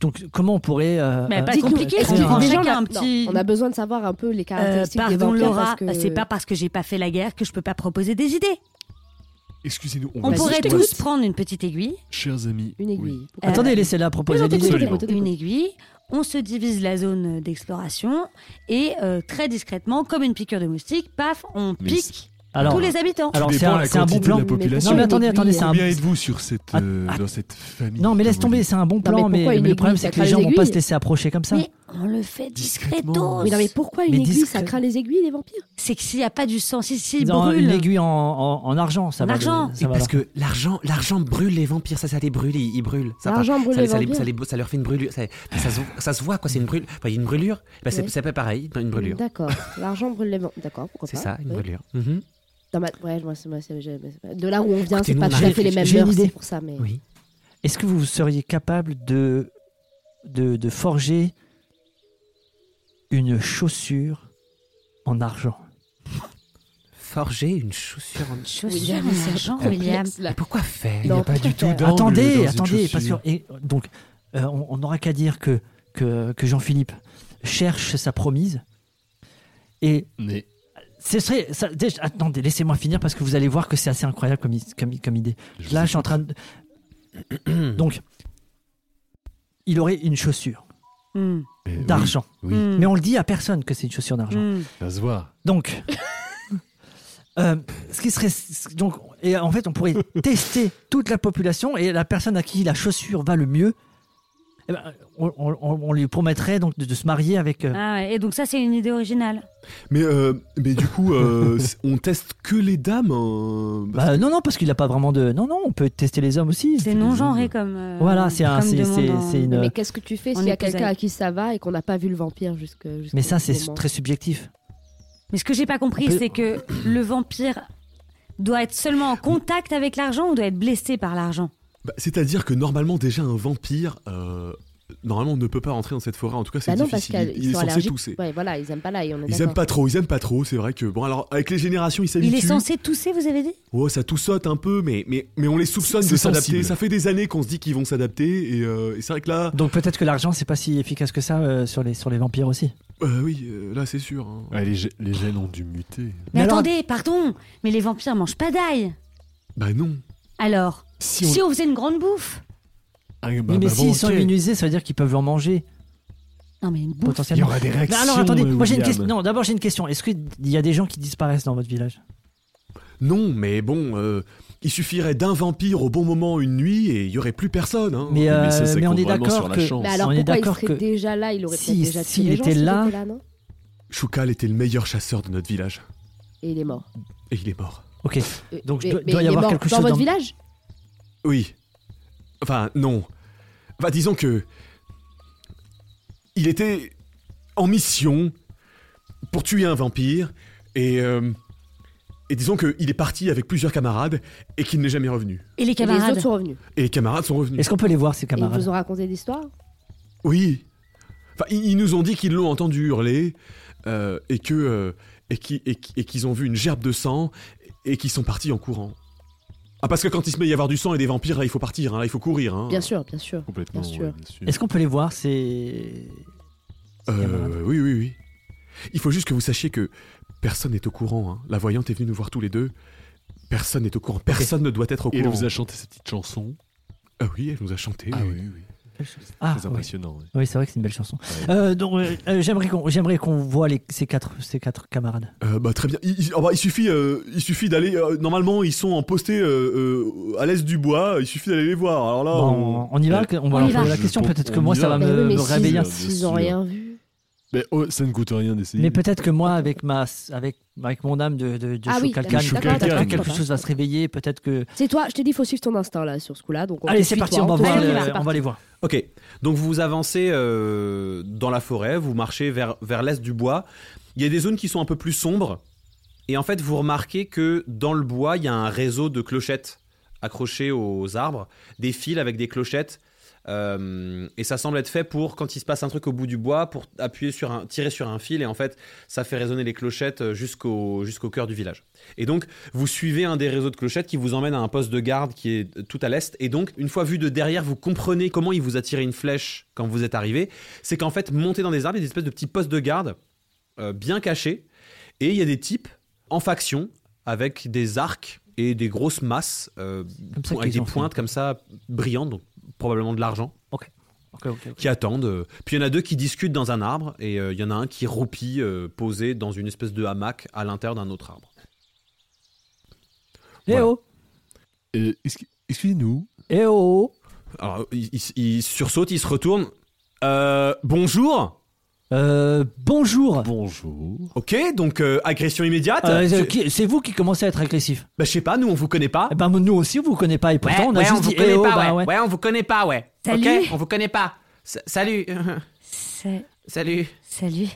donc comment on pourrait. euh, Mais euh, pas Dites-nous, compliqué, est-ce on qu'il prend déjà chacun un un petit. petit- on a besoin de savoir un peu les Euh, caractéristiques des pardon vampires Laura, parce que c'est pas parce que j'ai pas fait la guerre que je peux pas proposer des idées. Excusez-nous, On On Vas-y, je pourrait t'écoute. tous prendre une petite aiguille, Chers amis, une aiguille. Euh, Attendez, laissez-la proposer Oui, non, des t'écoutes, idées. t'écoutes. une aiguille, on se divise la zone d'exploration et euh, très discrètement, comme une piqûre de moustique, paf, on Mais pique Alors, tous les habitants. alors c'est dépend un, la c'est un bon quantité plan. de la Non, population. Ah, mais Une attendez, aiguille, attendez, c'est un. combien êtes-vous sur cette, euh, Ah, ah. dans cette famille Non, mais laisse comme on tomber, dit c'est un bon mais plan, mais, pourquoi une mais le problème aiguille, c'est ça que les craint gens les vont pas aiguilles se laisser approcher comme ça. Mais on le fait discrètement. Mais non, mais pourquoi une Mais aiguille Ça discret. craint les aiguilles des vampires C'est que s'il n'y a pas du sang, si, si, il Dans brûle. une aiguille en, en- en argent, ça En va. argent. ça va parce leur- que l'argent, l'argent brûle les vampires. Ça, ça les brûle. Ils, ils brûlent. Ça, L'argent par- brûle ça, les Ah. ça vampires. Ça, les- ça leur fait une brûlure. Ça, ça se, ça se voit quoi. C'est une brûlure. Enfin, il y a une brûlure. Bah, c'est Ouais. c'est pas pareil. Une brûlure. D'accord. L'argent brûle les vampires. D'accord, pourquoi C'est pas ça, une ouais. brûlure. Mhm. Dans ma- Ouais, moi, c'est- moi, c'est- j'ai- mais c'est pas- De là où on vient, c'est Écoutez, pas nous, tout on à a- fait les mêmes j'ai une mœurs, idée. c'est pour ça. Mais Oui. Est-ce que vous seriez capable de, de, de forger une chaussure en argent Forger une chaussure. En... Chaussure William, en c'est argent, complexe, William. là. Mais pourquoi faire Non, Il n'y a pas pourquoi du tout faire d'angle dans attendez, une attendez, chaussure. parce que et donc euh, on on n'aura qu'à dire que que, que Jean-Philippe cherche sa promise et Mais ce serait ça- déjà- attendez, laissez-moi finir parce que vous allez voir que c'est assez incroyable comme, i- comme, i- comme idée. je Là, vous je suis en train de donc il aurait une chaussure Hmm, d'argent. Oui, hmm, Mais on le dit à personne que c'est une chaussure d'argent. hmm. ça se voit. Donc, euh, ce qui serait. Donc, et en fait, on pourrait tester toute la population et la personne à qui la chaussure va le mieux, eh ben, on, on- on lui promettrait donc de, de se marier avec. euh, Ah ouais, et donc ça, c'est une idée originale. Mais, euh, mais du coup, euh, c'est- on teste que les dames. hein, parce bah, non, non, parce qu'il n'a pas vraiment de. Non, non, on peut tester les hommes aussi. C'est non genré comme. euh, Voilà, c'est un- comme c'est- demande c'est- en- c'est une- Mais qu'est-ce que tu fais On s'il y est a quelqu'un posé. à qui ça va et qu'on n'a pas vu le vampire jusque jusqu'au Mais ça, c'est moment très subjectif. Mais ce que j'ai pas compris, On peut- c'est que le vampire doit être seulement en contact avec l'argent ou doit être blessé par l'argent. Bah, C'est-à-dire que normalement, déjà, un vampire, euh, normalement, ne peut pas rentrer dans cette forêt. En tout cas, c'est Bah non, parce difficile. qu'ils il, il est sont censé allergiques. tousser. Ouais, voilà, ils aiment pas l'ail, on est Ils d'accord. aiment pas trop, ils aiment pas trop, c'est vrai que bon alors avec les générations ils s'habituent. Il est censé tousser, vous avez dit Oh ça tout saute un peu mais mais mais on les soupçonne C'est de s'adapter. sensible. Ça fait des années qu'on se dit qu'ils vont s'adapter et, euh, et c'est vrai que là Donc peut-être que l'argent, c'est pas si efficace que ça euh, sur, les, sur les vampires aussi. euh, oui euh, là c'est sûr. hein. les, gènes ont dû muter. Mais, Mais alors- attendez, pardon, mais les vampires mangent pas d'ail. Bah non. Alors, Si si on... faisait une grande bouffe Oui, mais s'ils sont immunisés, ça veut dire qu'ils peuvent en manger Non mais une bouffe. il y potentiellement. aura des Mais réactions. euh, alors attendez, moi j'ai une William. question. Non, d'abord j'ai une question. Est-ce qu'il y a des gens qui disparaissent dans votre village Non mais bon euh, il suffirait d'un vampire au bon moment une nuit et il y aurait plus personne. hein. Mais, euh, mais on est d'accord sur la que chance. Mais alors on est pourquoi il d'accord serait que déjà là Il aurait Si- peut-être déjà s'il tué les était gens s'il là- était là, non Choukal était le meilleur chasseur de notre village Et il est mort. et il est mort. Ok. Euh, Donc, mais- doit- mais doit y il est avoir mort quelque dans chose votre dans- village Oui. Enfin, non. Enfin, disons que. Il était en mission pour tuer un vampire et. euh, et disons qu'il est parti avec plusieurs camarades et qu'il n'est jamais revenu. Et les Et les camarades autres sont revenus. Et les camarades sont revenus. Est-ce qu'on peut les voir ces Et ils camarades vous ont raconté des histoires Oui. Enfin, ils, ils nous ont dit qu'ils l'ont entendu hurler euh, et que. euh, et qui- et qui- et qu'ils ont vu une gerbe de sang et qu'ils sont partis en courant. Ah, parce que quand il se met à y avoir du sang et des vampires, là, il faut partir, hein, là, il faut courir. hein. Bien sûr, bien sûr. Complètement. Bien sûr. ouais, bien sûr. Est-ce qu'on peut les voir ces... ces camarades Euh, oui, oui, oui. Il faut juste que vous sachiez que personne n'est au courant. hein. La voyante est venue nous voir tous les deux. Personne n'est au courant. Personne ne doit être au Et elle courant. vous a chanté cette petite chanson. Ah oui, elle nous a chanté. oui. oui. Ah, Très oui. impressionnant. ouais. Oui, c'est vrai que c'est une belle chanson. Euh, donc, euh, euh, j'aimerais qu'on j'aimerais qu'on voit les, ces, quatre, ces quatre camarades. Euh, bah, très bien. Il, il- ah bah, il suffit, euh, il suffit d'aller. euh, normalement, ils sont en posté euh, euh, à l'est du bois. Il suffit d'aller les voir. Alors là, on- Bon, on y va que- On va on leur y va. poser la question. Je- Peut-être que on moi, y ça va. va Ah, Bah oui, me, mais me s'ils- réveiller. si- S'ils ont Bien sûr. rien vu. Mais oh, ça ne coûte rien d'essayer. Mais peut-être que moi, avec, ma, avec, avec mon âme de, de, de Ah oui, Shokalkan, d'accord, peut-être d'accord, que quelque d'accord. chose va se réveiller. Peut-être que. C'est toi, je t'ai dit, faut suivre ton instinct là sur ce coup-là. Donc on Allez, te c'est suit, parti, toi, on va te voir. suit, le- c'est parti. on va les voir. Ok, donc vous avancez euh, dans la forêt, vous marchez vers, vers l'est du bois. Il y a des zones qui sont un peu plus sombres. Et en fait, vous remarquez que dans le bois, il y a un réseau de clochettes accrochées aux arbres, des fils avec des clochettes. Euh, et ça semble être fait pour, quand il se passe un truc au bout du bois, pour appuyer sur un, tirer sur un fil. Et en fait, ça fait résonner les clochettes euh, jusqu'au jusqu'au cœur du village. Et donc, vous suivez un des réseaux de clochettes qui vous emmène à un poste de garde qui est tout à l'est. Et donc, une fois vu de derrière, vous comprenez comment il vous a tiré une flèche quand vous êtes arrivé. C'est qu'en fait, monté dans les arbres, il y a des espèces de petits postes de garde euh, bien cachés. Et il y a des types en faction avec des arcs et des grosses masses euh, Comme ça avec qu'ils des en font. pointes comme ça brillantes, donc probablement de l'argent Ok, ok, ok. qui attendent. euh. Puis il y en a deux qui discutent dans un arbre et euh, il y en a un qui roupille euh, posé dans une espèce de hamac à l'intérieur d'un autre arbre. Eh Voilà. oh Euh, excu- Excusez-nous. Eh oh Alors, il, il- il sursaute, il se retourne. Euh, bonjour. Euh, Bonjour Bonjour. Ok, donc euh, agression immédiate. Euh, Je- euh, qui- C'est vous qui commencez à être agressif. bah, je sais pas, nous on vous connaît pas. Eh ben, nous aussi, on vous connaît pas. Et pourtant, on a juste dit eh oh, bah ouais. on vous connaît pas, ouais. Salut. Ok, on vous connaît pas. salut. C'est- salut. Salut.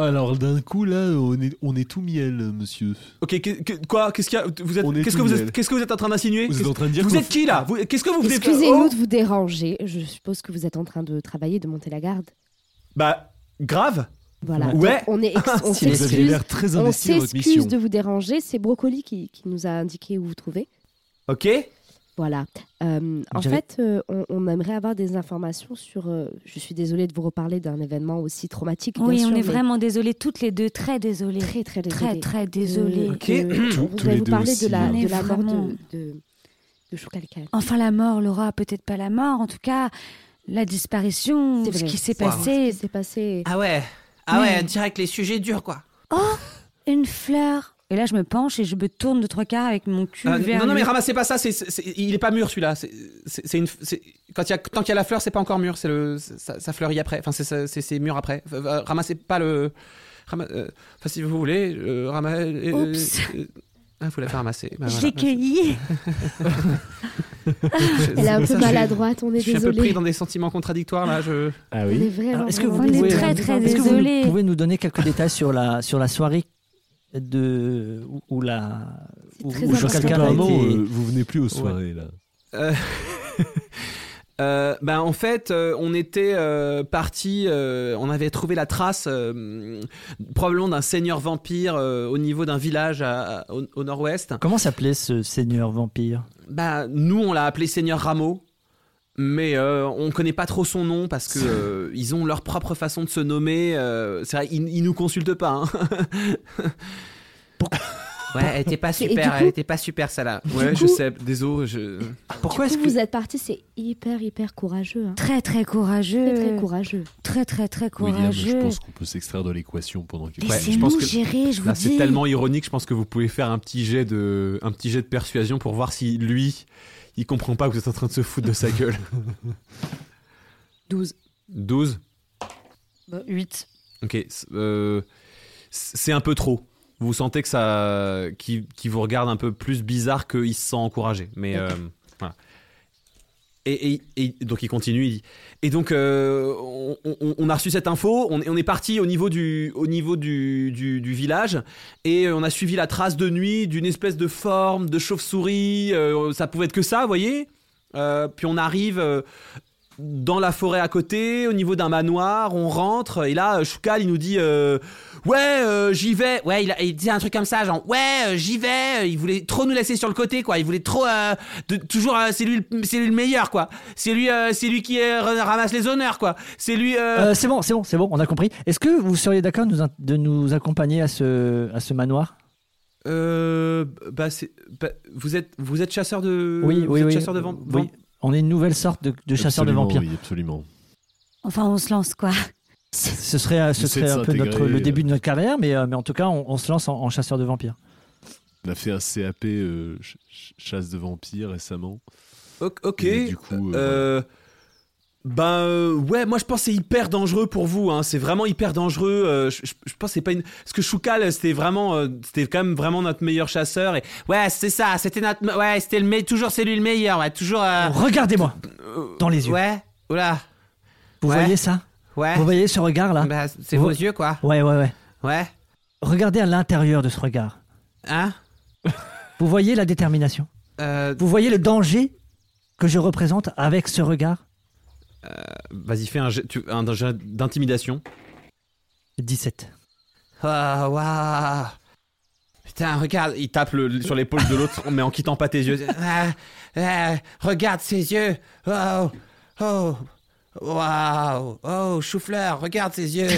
Alors d'un coup là, on est, on est tout miel, monsieur. Ok, que- que- quoi Qu'est-ce qu'il y a Vous êtes On est Qu'est-ce que tout vous miel. êtes Qu'est-ce que vous êtes en train d'insinuer Vous êtes Qu'est-ce- en train de dire Vous qu'on- êtes qui là Vous- Qu'est-ce que vous venez faire Excusez-nous Oh de vous déranger. Je suppose que vous êtes en train de travailler, de monter la garde. Bah grave. Voilà. Ouais. Donc, on est ex- on Si vous Vous avez s'excuse. l'air très On investi dans votre s'excuse mission. de vous déranger. C'est Brocoli qui, qui nous a indiqué où vous trouvez. Ok. Voilà. Euh, en J'avais- fait, euh, on, on aimerait avoir des informations sur. euh, je suis désolée de vous reparler d'un événement aussi traumatique. bien Oui, on sûr, est mais vraiment désolés, toutes les deux, très désolées. très très Très, désolée. très désolées. Euh, Ok. euh, Tous- on tous voudrait les vous deux parler aussi, de la, hein. de la mort Vraiment. de, de, de Choukalkan. Enfin, la mort, Laura, peut-être pas la mort, en tout cas, la disparition, C'est ce vrai. qui s'est Wow. Qu'est-ce passé. qui s'est passé Ah ouais. Ah ouais, Mais- direct les sujets durs quoi. Oh, une fleur. Et là, je me penche et je me tourne de trois quarts avec mon cul Ah, vers. non, non, lui. mais ramassez pas ça, c'est- c'est- c'est- il est pas mûr celui-là. C'est- c'est- c'est une f- c'est- quand il y a- Tant qu'il y a la fleur, c'est pas encore mûr, c'est le, c'est- ça, ça fleurit après, enfin c'est- c'est c'est- c'est mûr après. F- euh, Ramassez pas le. rama- euh, Enfin, si vous voulez, euh, ramassez. Oups. il faut la faire ramasser. Bah, je voilà. l'ai cueillie. Elle est un peu Ça, je- maladroite, on Je est suis un peu pris désolé. dans des sentiments contradictoires là. Je... Ah On est oui. vraiment. Alors, est-ce que vous vraiment pouvez- On est très, désolé. très Est-ce que vous Désolée. pouvez nous donner quelques détails sur la, sur la soirée de, où, où la, où, très où important. Ah quelqu'un a Apparemment, été... euh, vous venez plus aux soirées là. Euh, euh, ben en fait, euh, on était euh, parti, euh, on avait trouvé la trace euh, probablement d'un seigneur vampire euh, au niveau d'un village à- à- au, au nord-ouest. Comment s'appelait ce seigneur vampire Bah, nous, on l'a appelé Seigneur Rameau, mais euh, on connaît pas trop son nom parce que euh, ils ont leur propre façon de se nommer. euh, c'est vrai, ils, ils nous consultent pas. hein. Ouais, elle était pas et du super, coup- elle était pas super celle-là. Ouais, coup- je sais. Désolé, je. Pourquoi Du est-ce coup, que... vous êtes parti, c'est hyper, hyper courageux. hein. Très, très courageux. Très, très courageux. Très, très, très William, je courageux. pense qu'on peut s'extraire de l'équation pendant quelques Ouais, je Laissez-nous pense que- gérer, je vous Là, dis. c'est tellement ironique, je pense que vous pouvez faire un petit jet de, un petit jet de persuasion pour voir si lui, il comprend pas que vous êtes en train de se foutre de sa gueule. 12. 12 8. Ok. c'est- euh, c'est un peu trop. Vous sentez que ça. qui vous regarde un peu plus bizarre qu'il se sent encouragé. Mais euh, voilà. Et, et- et donc il continue, il dit. Et donc euh, on, on- on a reçu cette info, on, est- on est parti au niveau, du, au niveau du, du- du village et euh, on a suivi la trace de nuit d'une espèce de forme de chauve-souris, euh, ça pouvait être que ça, vous voyez Euh, Puis on arrive euh, dans la forêt à côté, au niveau d'un manoir, on rentre, et là, euh, Choukal, il nous dit euh, Ouais, euh, j'y vais. Ouais, il, a- il disait un truc comme ça, genre Ouais, euh, j'y vais. Il voulait trop nous laisser sur le côté, quoi. Il voulait trop. euh, de- toujours, euh, c'est lui, le- c'est lui le meilleur, quoi. C'est lui, euh, c'est lui qui euh, re- ramasse les honneurs, quoi. C'est lui. euh, Euh, c'est bon, c'est bon, c'est bon, on a compris. Est-ce que vous seriez d'accord de nous in- de nous accompagner à ce, à ce manoir Euh, bah, c'est, bah, vous êtes, vous êtes chasseur de, Oui, Euh, vous oui, êtes oui. chasseur de vamp- Oui. vamp- On est une nouvelle sorte de, de chasseur de Absolument, vampires. Oui, absolument. Enfin, on se lance, quoi. Ce serait, euh, ce J'essaie serait de un peu notre, s'intégrer, le euh. début de notre carrière, mais, euh, mais en tout cas, on, on se lance en, en chasseur de vampires. On a fait un CAP euh, ch- ch- chasse de vampires récemment. Ok. ok. Et du coup, euh, Euh, ben euh, ouais, moi je pense que c'est hyper dangereux pour vous. Hein. C'est vraiment hyper dangereux. euh, je, je- je pense que c'est pas une. Parce que Choukal, c'était vraiment, euh, c'était quand même vraiment notre meilleur chasseur. Et ouais, c'est ça. C'était notre, me- ouais, c'était le me- toujours c'est lui le meilleur. Ouais, toujours. euh, Oh, Regardez-moi euh, dans les yeux. Ah. Ouais. Oula. Vous ouais. voyez ça Ouais. Vous voyez ce regard là Bah, c'est Vous- vos yeux quoi. Ouais, ouais, ouais. Ouais. Regardez à l'intérieur de ce regard. Hein. Vous voyez la détermination Euh, Vous voyez le danger que je représente avec ce regard Vas-y, fais un jet tu- un jet d'intimidation. 17. ah, waouh. Putain, regarde, il tape le- le- sur l'épaule de l'autre, mais en quittant pas tes yeux. Ah, ah, regarde ses yeux. Oh. Oh. Waouh. Oh, chou-fleur, regarde ses yeux.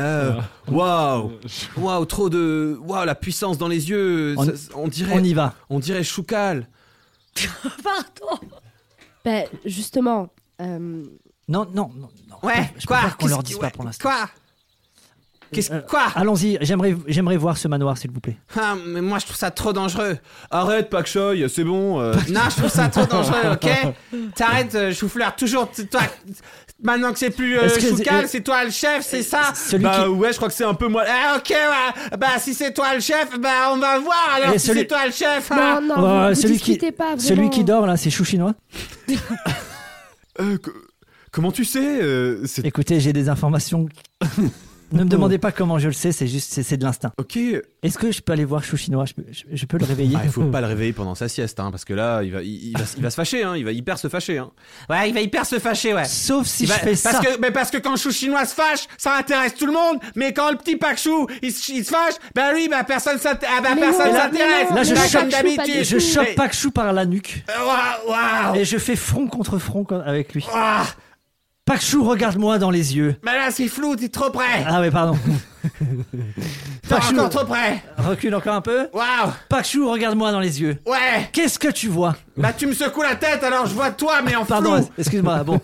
Euh, Waouh, waouh, trop de, waouh, la puissance dans les yeux. On- Ça- On, dirait, On y va. on dirait Choukal. Pardon. Bah, justement, euh, Non, non, non. non. Ouais. Je quoi préfère qu'on leur Qu'est-ce- dise ouais, pas pour l'instant. Quoi Qu'est-ce Euh, quoi Allons-y, j'aimerais j'aimerais voir ce manoir, s'il vous plaît. Ah, mais moi je trouve ça trop dangereux. Arrête, Pak Choi, c'est bon. euh, Non, je trouve ça trop dangereux, ok T'arrêtes, euh, chou-fleur, toujours t- toi. Maintenant que c'est plus euh, Est-ce que- Choucal, euh, c'est toi le chef, c'est ça Celui bah qui- ouais, je crois que c'est un peu moi. Ah, ok, ouais. Bah, si c'est toi le chef, bah, on va voir alors Et si celui- c'est toi le chef. hein. non, non, vous- Euh, vous celui qui- discutez Ah, pas. Celui vraiment. qui dort là, c'est Chou Chinois. Euh, co- comment tu sais euh, c'est- Écoutez, j'ai des informations. ne me demandez pas comment je le sais, c'est juste c'est c'est de l'instinct. Ok. Est-ce que je peux aller voir Chou Chinois je peux, je- je peux le réveiller Ah, il faut pas le réveiller pendant sa sieste, hein, parce que là, il va, il, il va, il va se fâcher, hein, il va hyper se fâcher. Hein. Ouais, il va hyper se fâcher, ouais. Sauf si Il va- je fais Ben, Bah, parce ça. que, mais parce que quand le chou chinois se fâche, ça intéresse tout le monde. Mais quand le petit pac chou, il, se- il se fâche, bah oui, bah personne s'inté- ah, bah, Mais personne non, s'intéresse. mais Là, je Bah, chope- comme d'habitude. Je chope Mais- Pak Chou par la nuque Euh, Waouh, waouh. et je fais front contre front co- avec lui. Ah, Ben Pak Chou, regarde-moi dans les yeux. bah là, c'est flou, t'es trop près. Ah, mais pardon. T'es Pachou, encore trop près recule encore un peu. Waouh Pachou, regarde-moi dans les yeux. Ouais Qu'est-ce que tu vois Bah tu me secoues la tête alors je vois toi mais en Pardon, flou excuse-moi. Bon,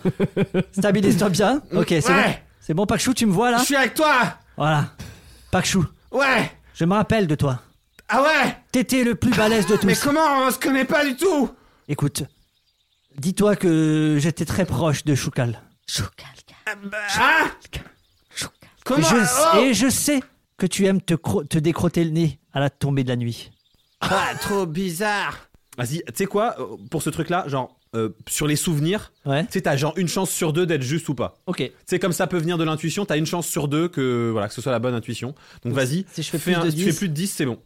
stabilise-toi bien. Ok, c'est bon. Ouais C'est bon, Pachou, tu me vois là Je suis avec toi Voilà. Pachou, Ouais je me rappelle de toi. Ah ouais T'étais le plus balèze de Ah, Mais tous. comment on se connaît pas du tout Écoute, dis-toi que j'étais très proche de Choukal. Choukalka, Ah, bah, Hein choukalka. Et Comment je, oh sais- et je sais que tu aimes te, cro- te décrotter le nez à la tombée de la nuit. Ah, Trop bizarre Vas-y, tu sais quoi, euh, pour ce truc-là, genre, euh, sur les souvenirs, Ouais. tu sais, t'as genre une chance sur deux d'être juste ou pas. Ok. Tu sais, comme ça peut venir de l'intuition, t'as une chance sur deux que, voilà, que ce soit la bonne intuition. Donc vas-y, si je fais plus un- de si tu fais 10. plus de 10, c'est bon.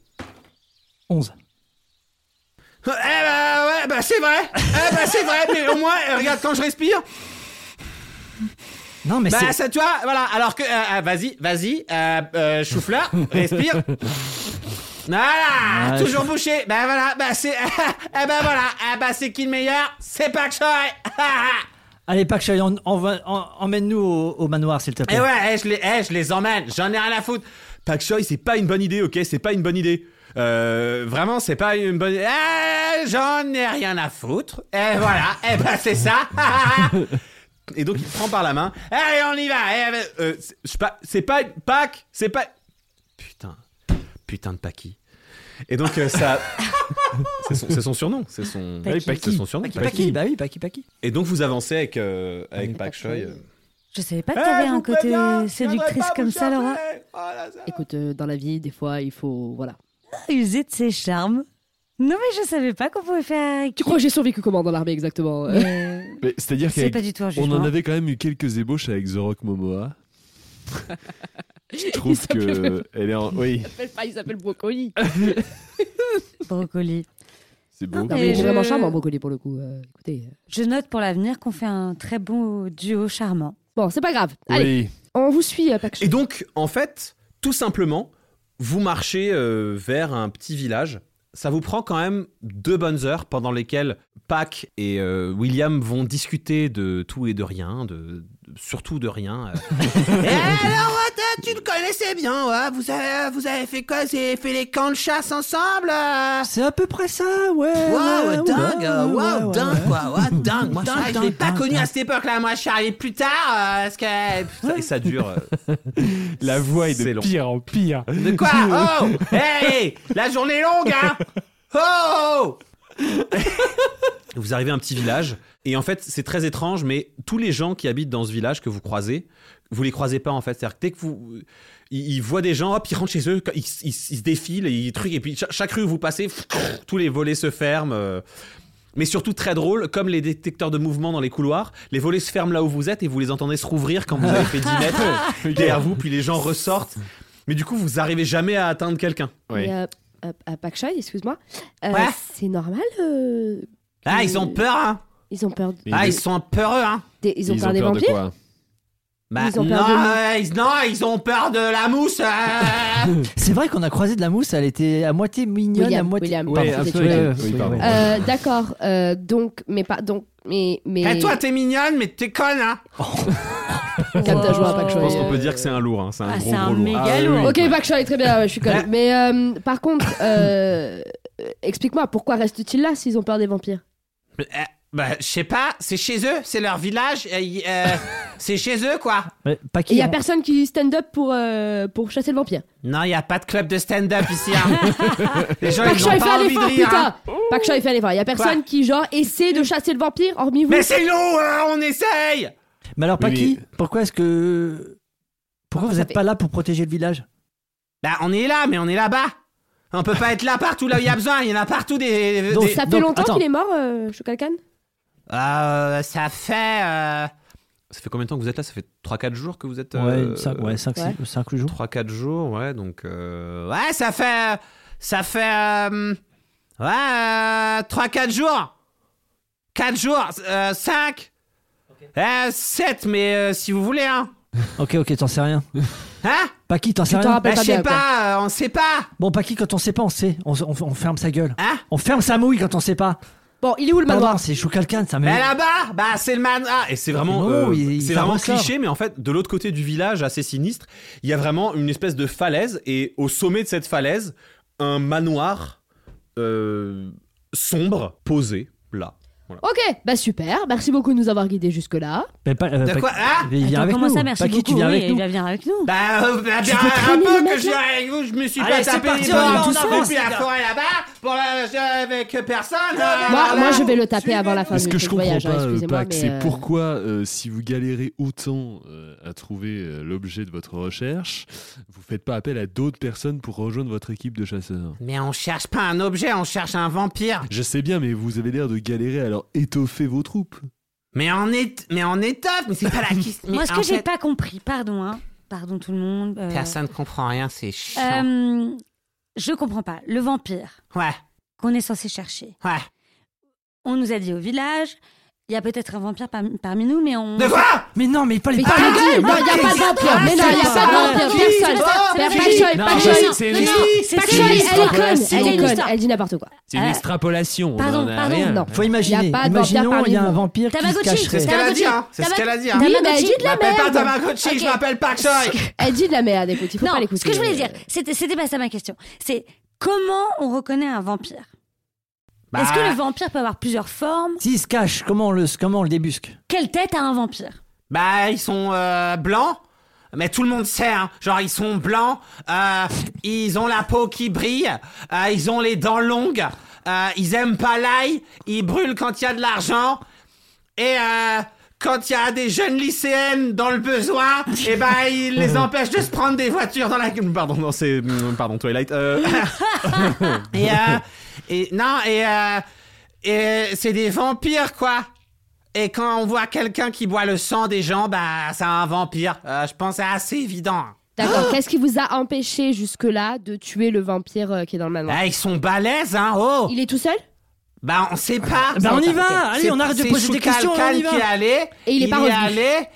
11. Eh bah ouais bah c'est vrai Eh bah c'est vrai mais au moins euh, regarde quand je respire Non, mais Bah c'est. ça tu vois voilà alors que euh, euh, vas-y vas-y euh, euh, chou-fleur respire Voilà Ouais, toujours bouché Bah voilà bah c'est Eh bah voilà Eh bah c'est qui le meilleur C'est Pak Choi Allez, Pak Choi, en- en- en- emmène-nous au, au manoir, s'il te plaît. Eh ouais, eh, je, les, eh, je les emmène, j'en ai rien à foutre. Pak Choi, c'est pas une bonne idée, ok C'est pas une bonne idée. Euh, vraiment, c'est pas une bonne. Eh, j'en ai rien à foutre. Eh, Et voilà, et ben c'est ça. Et donc il te prend par la main. Allez, on y va. Eh, ben, Euh, c'est- je sais pas- c'est pas une Pâques, c'est pas. Putain, putain de Paki. Et donc euh, ça. c'est son, c'est son surnom, c'est son, Paki. c'est son surnom. Paki, Paki. Paki, bah oui, Paki, Paki. Et donc vous avancez avec, euh, avec Pak Choi. euh. Eh, Je savais Eh, pas que t'avais un côté séductrice comme ça, Laura. Écoute, euh, dans la vie, des fois, il faut. Voilà. User Ah, de ses charmes. Non, mais je savais pas qu'on pouvait faire. Tu crois que j'ai survécu comment dans l'armée exactement euh Mais Mais C'est-à-dire C'est qu'avec pas du tout un On jugement. en avait quand même eu quelques ébauches avec The Rock Momoa. Je Il trouve s'appelle que elle est en... oui, Il s'appelle pas, il s'appelle Brocoli. Brocoli. c'est beau. Non, Il est je- vraiment charmant, Brocoli, pour le coup. euh, écoutez. euh. Je note pour l'avenir qu'on fait un très beau duo charmant. Bon, c'est pas grave. Allez, Oui, on vous suit, euh, Pak Choi. Et donc en fait, tout simplement, vous marchez euh, vers un petit village. Ça vous prend quand même deux bonnes heures pendant lesquelles Pac et euh, William vont discuter de tout et de rien, de, de- surtout de rien. euh, eh, alors, ouais, t'as- tu le connaissais bien, ouais. Vous avez, vous avez fait quoi Vous avez fait les camps de chasse ensemble euh C'est à peu près ça, ouais. ouais, Waouh, ouais, dingue, ouais, euh, ouais, waouh, ouais, dingue, ouais. quoi, waouh, dingue, moi, Dingue, c'est vrai que je dingue, l'ai pas dingue, connu à dingue. cette époque-là, moi, je suis arrivé plus tard, euh, parce que et ça dure. euh, La voix est de C'est long. pire en pire. De quoi Oh Hey La journée est longue, hein Oh Vous arrivez à un petit village et en fait c'est très étrange mais tous les gens qui habitent dans ce village que vous croisez, vous les croisez pas en fait. C'est-à-dire que dès que vous... Ils ils voient des gens, hop, ils rentrent chez eux, ils, ils- ils se défilent, et ils truquent, et puis cha- chaque rue où vous passez, tous les volets se ferment. euh. Mais surtout très drôle, comme les détecteurs de mouvement dans les couloirs, les volets se ferment là où vous êtes et vous les entendez se rouvrir quand vous avez fait 10 mètres derrière vous, puis les gens ressortent. Mais du coup, vous arrivez jamais à atteindre quelqu'un. oui. Et, euh, euh, à Pak Choi, excuse-moi. Euh, Ouais. C'est normal. euh, Ah, ils ont peur, hein Ils ont peur. Mais Ah, ils- ils sont peureux, hein des- ils ont peur des peur de vampires quoi bah, Ils ont peur non, de nous. euh, ils, non, ils ont peur de la mousse. euh. C'est vrai qu'on a croisé de la mousse, elle était à moitié mignonne, William, à moitié. William, Ouais, pardon, un c'était peu, William. euh, Oui, pardon. ouais. Euh, D'accord. euh, donc, mais pas donc, mais mais. Eh, toi, t'es mignonne, mais t'es conne, hein Quand t'as joué à Pak Je Choi. Je pense qu'on euh, peut dire que c'est un lourd, hein, c'est un Oh. Ah, gros c'est un gros lourd. méga lourd. Ok, Pak Choi, très bien. ouais, je suis conne. Mais euh, par contre, euh, euh, explique-moi pourquoi restent-ils là s'ils ont peur des vampires Mais, eh, Bah, je sais pas, c'est chez eux, c'est leur village, euh, y- euh, c'est chez eux, quoi. Mais pas Et qui Euh, il y a hein. personne qui stand up pour euh, pour chasser le vampire. Non, y a pas de club de stand-up ici, hein. Les gens, Pak ils Choi ont fait pas un envie de effort, rire, hein. putain. Pak Choi fait un effort. Il y a personne qui genre essaie de chasser le vampire hormis vous. Mais c'est long, hein, on essaye Mais alors, pas Oui, qui Pourquoi est-ce que. Pourquoi vous ça n'êtes fait- pas là pour protéger le village Bah, on est là, mais on est là-bas. On peut pas être là partout là où il y a besoin, il y en a partout des... Donc- des- Ça fait Donc, longtemps attends. qu'il est mort, euh, Shokalkan Euh, ça fait... euh, Ça fait combien de temps que vous êtes là Ça fait 3-4 jours que vous êtes Euh, Ouais, 5 ouais, cinq, ouais. six- cinq jours. 3-4 jours, ouais, donc. euh, ouais. Ouais, ça fait... euh, Ça fait... euh, ouais, 3-4 jours. 4 jours, euh, 5. 7, mais euh, si vous voulez, hein. Ok, ok, t'en sais rien. Hein Ah, Pas qui, t'en sais t'en rien rappelles Bah, je pas bien, sais quoi. pas, euh, on sait pas. Ah Bon, pas qui, quand on sait pas, on sait. On, on- on ferme sa gueule. Hein On ferme sa mouille quand on sait pas. Bon, il est où le Pardon, manoir c'est Choukalkan, ça me. Mais là-bas, bah c'est le man. Ah, Et c'est vraiment, Non, Oh, euh, il- il c'est vraiment s'en ressort. cliché, mais en fait, de l'autre côté du village, assez sinistre, il y a vraiment une espèce de falaise, et au sommet de cette falaise, un manoir euh, sombre posé là. Ok, bah super, merci beaucoup de nous avoir guidés jusque-là. Mais pas- euh, de bah, pas- quoi Ah mais il vient Attends, avec comment nous. ça, merci Pas qui, tu beaucoup, viens oui, avec nous. Il vient avec nous. Bah, euh, bah, bien peux un traîner peu que je les matelas viens avec vous, je me suis Allez, pas c'est tapé parti, dans on y va dans- tous dans- ensemble. depuis la forêt là-bas pour la- je- avec personne. euh, là, hein. Moi, Ah, là, moi, là. je vais le taper avant la fin Mais du ce que je du comprends voyage, hein, pas, euh, excusez-moi, Pac, mais, c'est euh, pourquoi euh, si vous galérez autant euh, à trouver euh, l'objet de votre recherche, vous faites pas appel à d'autres personnes pour rejoindre votre équipe de chasseurs. Mais on cherche pas un objet, on cherche un vampire. Je sais bien, mais vous avez l'air de galérer, alors étoffez vos troupes. Mais on est, mais on est top, mais c'est pas la question. Moi, Mais ce en que j'ai fait, pas compris, pardon, hein, pardon tout le monde. euh, Personne comprend rien, c'est chiant. euh, je comprends pas. Le vampire Ouais, qu'on est censé chercher. ouais. On nous a dit au village, il y a peut-être un vampire parmi, parmi nous, mais on. De quoi Mais non, mais pas les. Mais ta gueule Non, il n'y a pas de Ah, vampire Mais non, il n'y a pas de vampire, personne Oh, Pas qui de choi, Non, pas de mais choi. c'est Non, une- non, c'est- pas de c'est choi, une elle est histoire. conne, C'est elle est une conne, histoire. elle dit n'importe quoi. C'est une Euh, extrapolation. on pardon, en a pardon, Ah. rien. Ah. non. Faut imaginer. Y a pas de vampire Imaginons, parmi il y a un nous. vampire qui se Tamagotchi, cacherait. C'est ce qu'elle a dit, hein. Tamagotchi. C'est ce qu'elle a dit, hein. Oui, Tamagotchi. mais elle dit de Je la m'appelle pas merde Tamagotchi, je Ok. m'appelle Pak Choi. Elle dit de la merde, écoute, il faut Non, pas l'écouter. euh, ce que je voulais dire, c'était c'était pas ça ma question. C'est comment on reconnaît un vampire Bah. Est-ce que le vampire peut avoir plusieurs formes S'il se cache, comment on le, comment on le débusque Quelle tête a un vampire Bah, ils sont euh, blancs. Mais tout le monde sait, hein. Genre, ils sont blancs. euh, ils ont la peau qui brille. euh, ils ont les dents longues. euh, ils aiment pas l'ail. Ils brûlent quand il y a de l'argent. Et euh, quand il y a des jeunes lycéennes dans le besoin, et ben ils les empêchent de se prendre des voitures dans la. Pardon, non, c'est. Pardon, Twilight. Euh, Et, euh, et non, et, euh, et c'est des vampires, quoi. Et quand on voit quelqu'un qui boit le sang des gens, bah, c'est un vampire. Euh, je pense que c'est assez évident. D'accord, qu'est-ce qui vous a empêché jusque-là de tuer le vampire euh, qui est dans le manoir Ah, ils sont balèzes, hein, oh Il est tout seul Bah, on sait pas Ben on y va C'est- Allez, on arrête de c'est poser des questions, Choukalkan on y va qui est allé, Et il est pas est revenu. allé,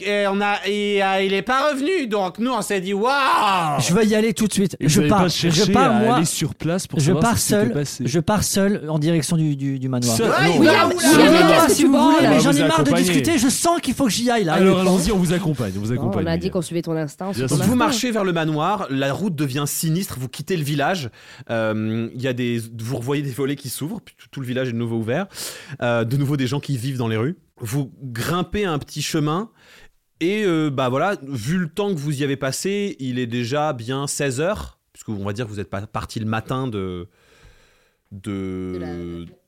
et, et on a, et, euh, il est pas revenu, donc nous, on s'est dit, waouh Je vais y aller tout de suite. Et vous je avez pars. pas cherché je pars à moi. aller sur place pour Je savoir pars ce qui s'était seul. passé. Je pars seul en direction du, du, du manoir. Seul. Ouais, Non, il mais- va où, là Seul, Mais non. qu'est-ce que si tu vous branles voulez, On mais va j'en vous ai marre de accompagner. discuter. Je sens qu'il faut que j'y aille là. Alors allons-y, on vous accompagne, on vous Non, accompagne. On a les dit gars. qu'on suivait ton instinct. on suit Bien ton sûr. Vous instinct. marchez vers le manoir, la route devient sinistre, vous quittez le village, euh, il y a des, vous revoyez des volets qui s'ouvrent, puis tout, tout le village est de nouveau ouvert, euh, de nouveau des gens qui vivent dans les rues. Vous grimpez un petit chemin, et euh, bah voilà, vu le temps que vous y avez passé, il est déjà bien 16 heures, puisque on va dire que vous n'êtes pas parti le matin de... De,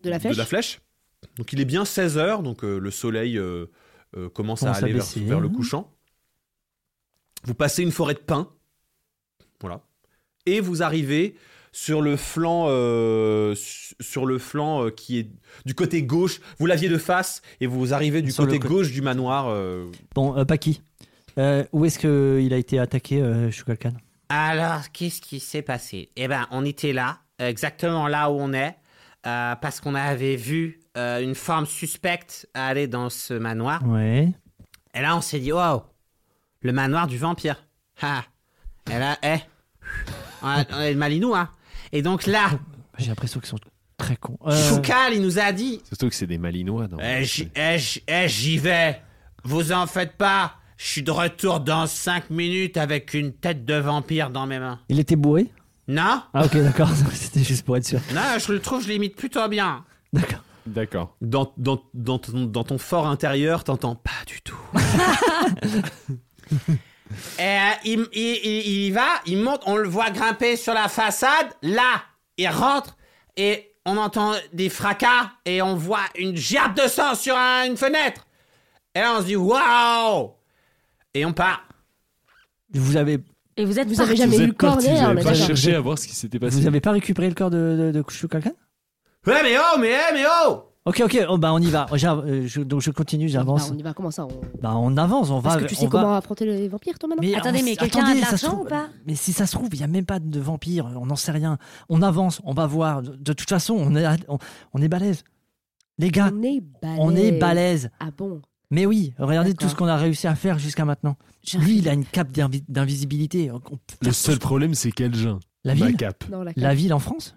De la- de la flèche. Donc il est bien 16 heures, donc euh, le soleil euh, euh, commence à Commence à aller vers, baisser, vers le hein. couchant. Vous passez une forêt de pins. Voilà. Et vous arrivez sur le flanc, euh, su- sur le flanc euh, qui est du côté gauche. Vous l'aviez de face et vous arrivez du Sur le côté côté- gauche du manoir. euh, Bon, euh, Paki. Euh, où est-ce qu'il a été attaqué, euh, Shukalkan Alors, qu'est-ce qui s'est passé Eh ben, on était là, exactement là où on est, euh, parce qu'on avait vu euh, une forme suspecte aller dans ce manoir. Ouais. Et là, on s'est dit, wow, le manoir du vampire. Ha. Et là, eh, on a- on est le malinou, hein. Et donc là, J'ai l'impression qu'ils sont très cons. Euh, Choukal, il nous a dit, Surtout que c'est des Malinois. Non Eh, j'y eh, j'y- eh, j'y vais. Vous en faites pas. Je suis de retour dans 5 minutes avec une tête de vampire dans mes mains. Il était bourré Non Ah, ok, d'accord. C'était juste pour être sûr. Non, je le trouve, je l'imite plutôt bien. D'accord. D'accord. dans, dans, dans ton, dans ton fort intérieur, t'entends pas du tout. Et euh, il, il- il- il y va, il monte, on le voit grimper sur la façade. Là, il rentre et on entend des fracas et on voit une gerbe de sang sur un- une fenêtre. Et là, on se dit waouh Et on part. Vous avez, Et vous êtes Vous partis. avez jamais vous eu êtes le corps partis, vous derrière, on avez est pas d'accord. cherché à voir ce qui s'était passé. Ah, vous avez pas récupéré le corps de, de, de Shukalkan Ouais, mais oh, mais eh, mais oh Ok, ok. Oh, bah, on y va. J'av- euh, je- donc, je continue, j'avance. Bah, On y va, comment ça on- Bah, on avance. On va. Parce que tu sais on va- comment affronter les vampires, toi, maintenant Attendez, on- mais quelqu'un a de attendez, ça se l'argent trouve- ou pas Mais si ça se trouve, il n'y a même pas de vampire, on n'en sait rien. On avance, on va voir. De, de toute façon, on est, on, on est balèze. Les gars, On est balèze. euh, on est balèze. Ah bon Mais oui, regardez tout D'accord. ce qu'on a réussi à faire jusqu'à maintenant. J'ai- Lui, il a une cape d'invi- d'invisibilité. On peut Le faire seul problème, c'est Keljin. La ville Cap. Non, la La ville en France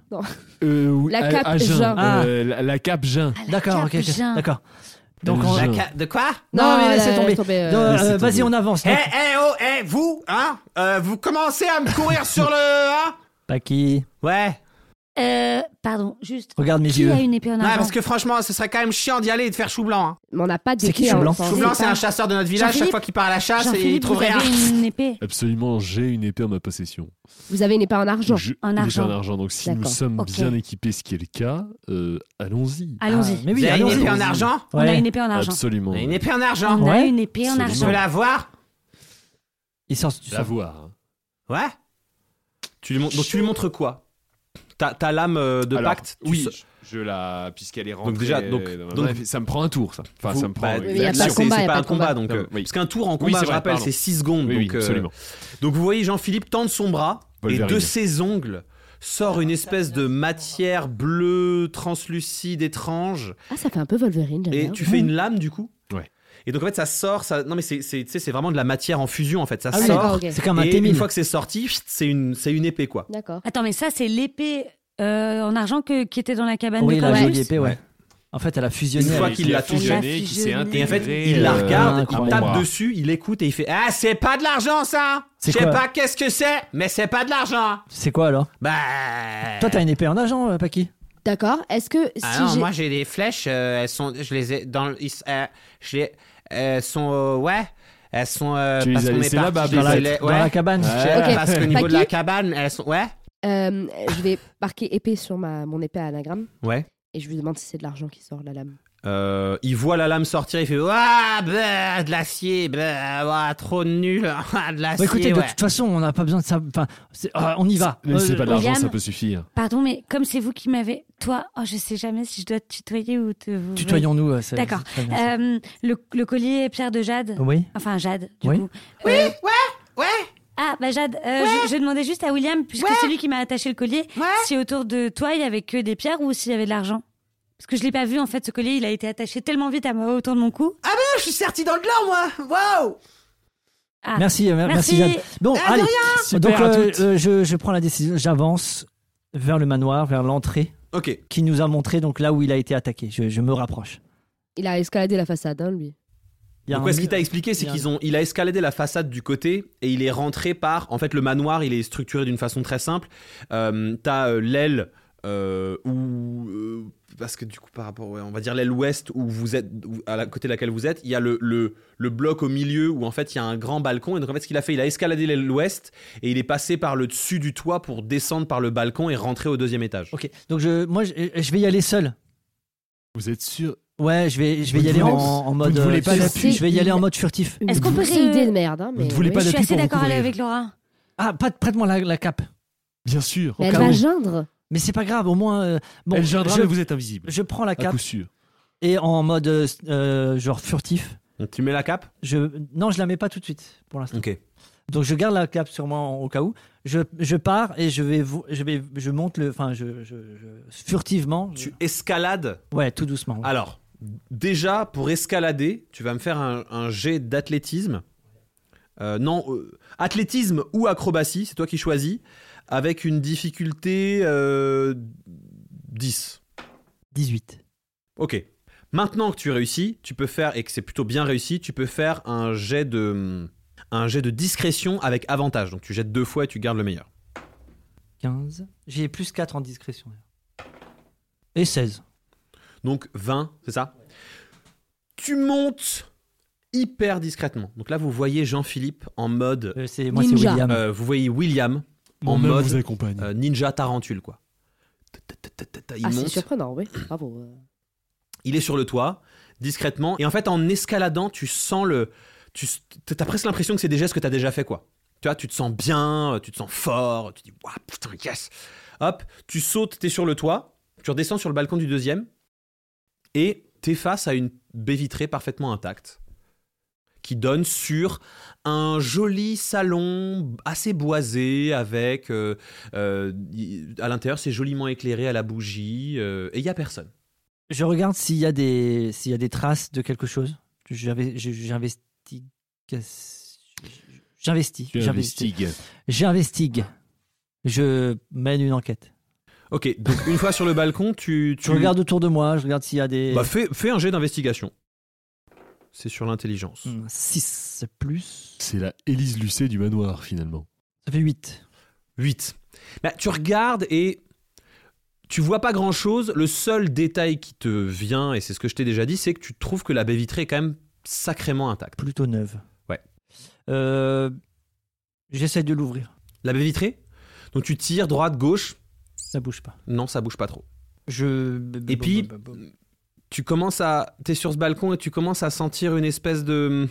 Euh, oui, La à- Cap, Agen. Jean. Ah. Euh, la, la Cap Jeun. D'accord, ok, ok, Capgin. d'accord. Donc, on... La Non, Cap- Ca- De quoi Non, mais laissez la- tomber. tomber, euh, Non, laissez euh, Vas-y, tomber. on avance. Eh, eh, oh, eh, vous, hein Euh, Vous commencez à me courir sur le... Hein Paki, ouais. Euh, pardon, juste. regarde mes Qui yeux. a une épée en Ouais, argent parce que franchement, ce serait quand même chiant d'y aller et de faire chou blanc. hein. Mais on n'a pas C'est qui, d'épée, Chou hein, Blanc on s'en Chou sait blanc, pas. c'est un chasseur de notre village. Chaque Jean-Philippe, fois qu'il part à la chasse, il Jean-Philippe, trouve vous rien. avez une épée. Absolument, j'ai une épée à ma possession. Vous avez une épée en argent. Je- En une épée argent. en argent. Donc si nous D'accord, sommes ok. bien équipés, ce qui est le cas, euh, allons-y. Allons-y. Ah, mais oui, Vous avez une allons-y. épée en argent On a Ouais. une épée en argent. Absolument. Une épée en On argent. a Ouais. une épée en Je Absolument. argent. peux la voir Il sort, tu La sors. voir. Ouais. Tu lui, mon- donc tu lui montres quoi Ta, ta lame euh, de Alors, pacte tu oui, sais- je- je la puisqu'elle est rentrée. euh, Donc déjà, donc- dans ma- donc- Bref, ça me prend un tour, ça. Enfin, vous- ça me prend. bah, une Oui, mais y a action. pas de combat, c'est y a pas pas un de combat. combat. Donc, euh, Non, oui. Parce qu'un tour en Oui, combat, c'est je vrai, rappelle, pardon. c'est 6 secondes. Oui, oui, donc, euh, absolument. donc vous voyez Jean-Philippe tendre son bras et Wolverine. de ses ongles sort une espèce de matière bleue, translucide, étrange. Ah, ça fait un peu Wolverine, Eh j'aime Et bien. tu fais une lame du coup Ouais. Et donc en fait ça sort, ça... non mais c'est- c'est tu sais, c'est vraiment de la matière en fusion en fait, ça Ah oui, sort. d'accord, ok. C'est comme un et une témine. fois que c'est sorti, pfft, c'est une, c'est une épée quoi. D'accord. Attends, mais ça, c'est l'épée euh, en argent que, qui était dans la cabane Oui, de la Ouais. jolie Corvus. épée, ouais. En fait, elle a fusionné. Une fois avec- qu'il l'a fusionné, qu'il s'est Et en fait, intégré, il la euh, regarde, il incroyable. tape dessus, il écoute et il fait Ah, c'est pas de l'argent, ça C'est Je sais quoi pas qu'est-ce que c'est, mais c'est pas de l'argent. C'est quoi alors Bah... Toi, t'as une épée en argent, euh, Paki D'accord. Est-ce que si Ah non, j'ai. moi j'ai des flèches, euh, elles sont, je les ai dans, le- ils- euh, je les, elles sont, euh, ouais, elles sont. euh, Tu les parce as qu'on est laissées parti, là-bas, je dans, la, les ai- dans ouais, la cabane. j'ai- Ok. Parce qu'au niveau Paki de la cabane, elles sont, ouais. Euh, je vais marquer épée sur ma... mon épée à anagramme. Ouais. Et je lui demande si c'est de l'argent qui sort la lame. Euh, il voit la lame sortir, il fait Ouah, bah, de l'acier, bah, ouah, trop nul, ah, de Bon, l'acier. Bah, écoutez, de ouais. toute façon, on n'a pas besoin de ça. Enfin, c'est- ah, on y va. Mais c'est Euh, pas de l'argent, William. ça peut suffire. Pardon, mais comme c'est vous qui m'avez. Toi, oh, je sais jamais si je dois te tutoyer ou te. vous- Tutoyons-nous. euh, c'est- D'accord. c'est très bien, ça. Euh, le, le collier pierre de Jade. Oui. Enfin, Jade, du Oui. coup. Oui, Euh, ouais, ouais, Ah, bah Jade, euh, je, je demandais juste à William, puisque Ouais. c'est lui qui m'a attaché le collier, Ouais. si autour de toi il y avait que des pierres ou s'il y avait de l'argent. Parce que je l'ai pas vu en fait, ce collier il a été attaché tellement vite à moi autour de mon cou. Ah, je suis sorti dans le gland, moi. Waouh. Ah. Merci, euh, merci, Merci. Jeanne. Bon, Ah, de allez. Donc, à euh, toutes. euh, je, je prends la décision. J'avance vers le manoir, vers l'entrée Ok. qui nous a montré donc là où il a été attaqué. Je, je me rapproche. Il a escaladé la façade, hein, lui. Il y a Donc un ouais, ce qu'il mur. t'a expliqué, c'est il y a un- qu'ils ont, il a escaladé la façade du côté et il est rentré par. En fait, le manoir, il est structuré d'une façon très simple. Euh, T'as euh, l'aile euh, où, euh, parce que du coup, par rapport, ouais, on va dire l'aile ouest où vous êtes, où- à la côté de laquelle vous êtes, il y a le, le, le bloc au milieu où en fait il y a un grand balcon. Et donc en fait, ce qu'il a fait, il a escaladé l'aile ouest et il est passé par le dessus du toit pour descendre par le balcon et rentrer au deuxième étage. Ok. Donc je, moi, je, je vais y aller seul. Vous êtes sûr Ouais, je vais, je vais Vous y ne aller en, voulez- en mode. ne voulez euh, pas furtif. d'appui. Je vais y aller en mode furtif. Est-ce qu'on peut C'est se- une idée de merde, hein, mais. ne voulez oui. pas je suis d'appui assez pour d'accord recouvrir. avec Laura. Ah, pas- prête-moi la, la cape. Bien sûr. Mais Au elle cas va où. geindre. Mais c'est pas grave. Au moins, euh, bon, Elle viendra, je, mais vous êtes invisible. je prends la À cape coup sûr. et en mode euh, euh, genre furtif. Donc, tu mets la cape. Je, non, je la mets pas tout de suite pour l'instant. Ok. Donc je garde la cape sur moi en- au cas où. Je, je pars et je vais vo- je vais je monte le enfin je, je- je- furtivement. je- Tu escalades Ouais, tout doucement. Ah. ouais. Alors, déjà, pour escalader, tu vas me faire un, un jet d'athlétisme. Euh, non, euh, athlétisme ou acrobatie, c'est toi qui choisis, avec une difficulté euh, 10. 18. Ok. Maintenant que tu réussis, tu peux faire, et que c'est plutôt bien réussi, tu peux faire un jet de, un jet de discrétion avec avantage. Donc tu jettes deux fois et tu gardes le meilleur. 15. J'ai plus 4 en discrétion. Et 16. Donc 20, c'est ça Tu montes hyper discrètement. Donc là, vous voyez Jean-Philippe en mode Euh, c'est moi c'est Ninja. William. Euh, vous voyez William Mon en homme mode vous accompagne. euh, ninja tarentule quoi. Ta-ta-ta-ta-ta, Il Ah, c'est monte, surprenant, oui. Bravo. il est sur le toit discrètement et en fait en escaladant tu sens le, tu as presque l'impression que c'est des gestes que t'as déjà fait quoi. Tu vois, tu te sens bien, tu te sens fort, tu dis waouh putain yes. Hop, tu sautes, t'es sur le toit, tu redescends sur le balcon du deuxième et t'es face à une baie vitrée parfaitement intacte qui donne sur un joli salon assez boisé avec euh, euh, y- à l'intérieur c'est joliment éclairé à la bougie euh, et il y a personne. Je regarde s'il y a des s'il y a des traces de quelque chose. J'avais je- j'investigue j'investis. Tu J'investigue. investigues. J'investigue. Je mène une enquête. Ok, donc une fois sur le balcon, tu, tu Je regarde autour de moi, je regarde s'il y a des. Bah, fais, fais un jet d'investigation. C'est sur l'intelligence. Mm. 6 Hmm, plus. C'est la Élise Lucet du manoir, finalement. Ça fait 8. 8. Bah, tu regardes et tu vois pas grand chose. Le seul détail qui te vient, et c'est ce que je t'ai déjà dit, c'est que tu trouves que la baie vitrée est quand même sacrément intacte. Plutôt 9. Ouais. Euh, J'essaie de l'ouvrir. La baie vitrée Donc tu tires droite, gauche. Ça bouge pas. Non, ça bouge pas trop. Je. Et puis, tu commences à. T'es sur ce balcon et tu commences à sentir une espèce de.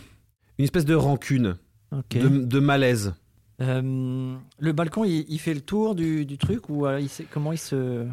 Une espèce de rancune, Ok. de, de malaise. Euh, le balcon, il, il fait le tour du, du truc ou euh, il sait- comment il se.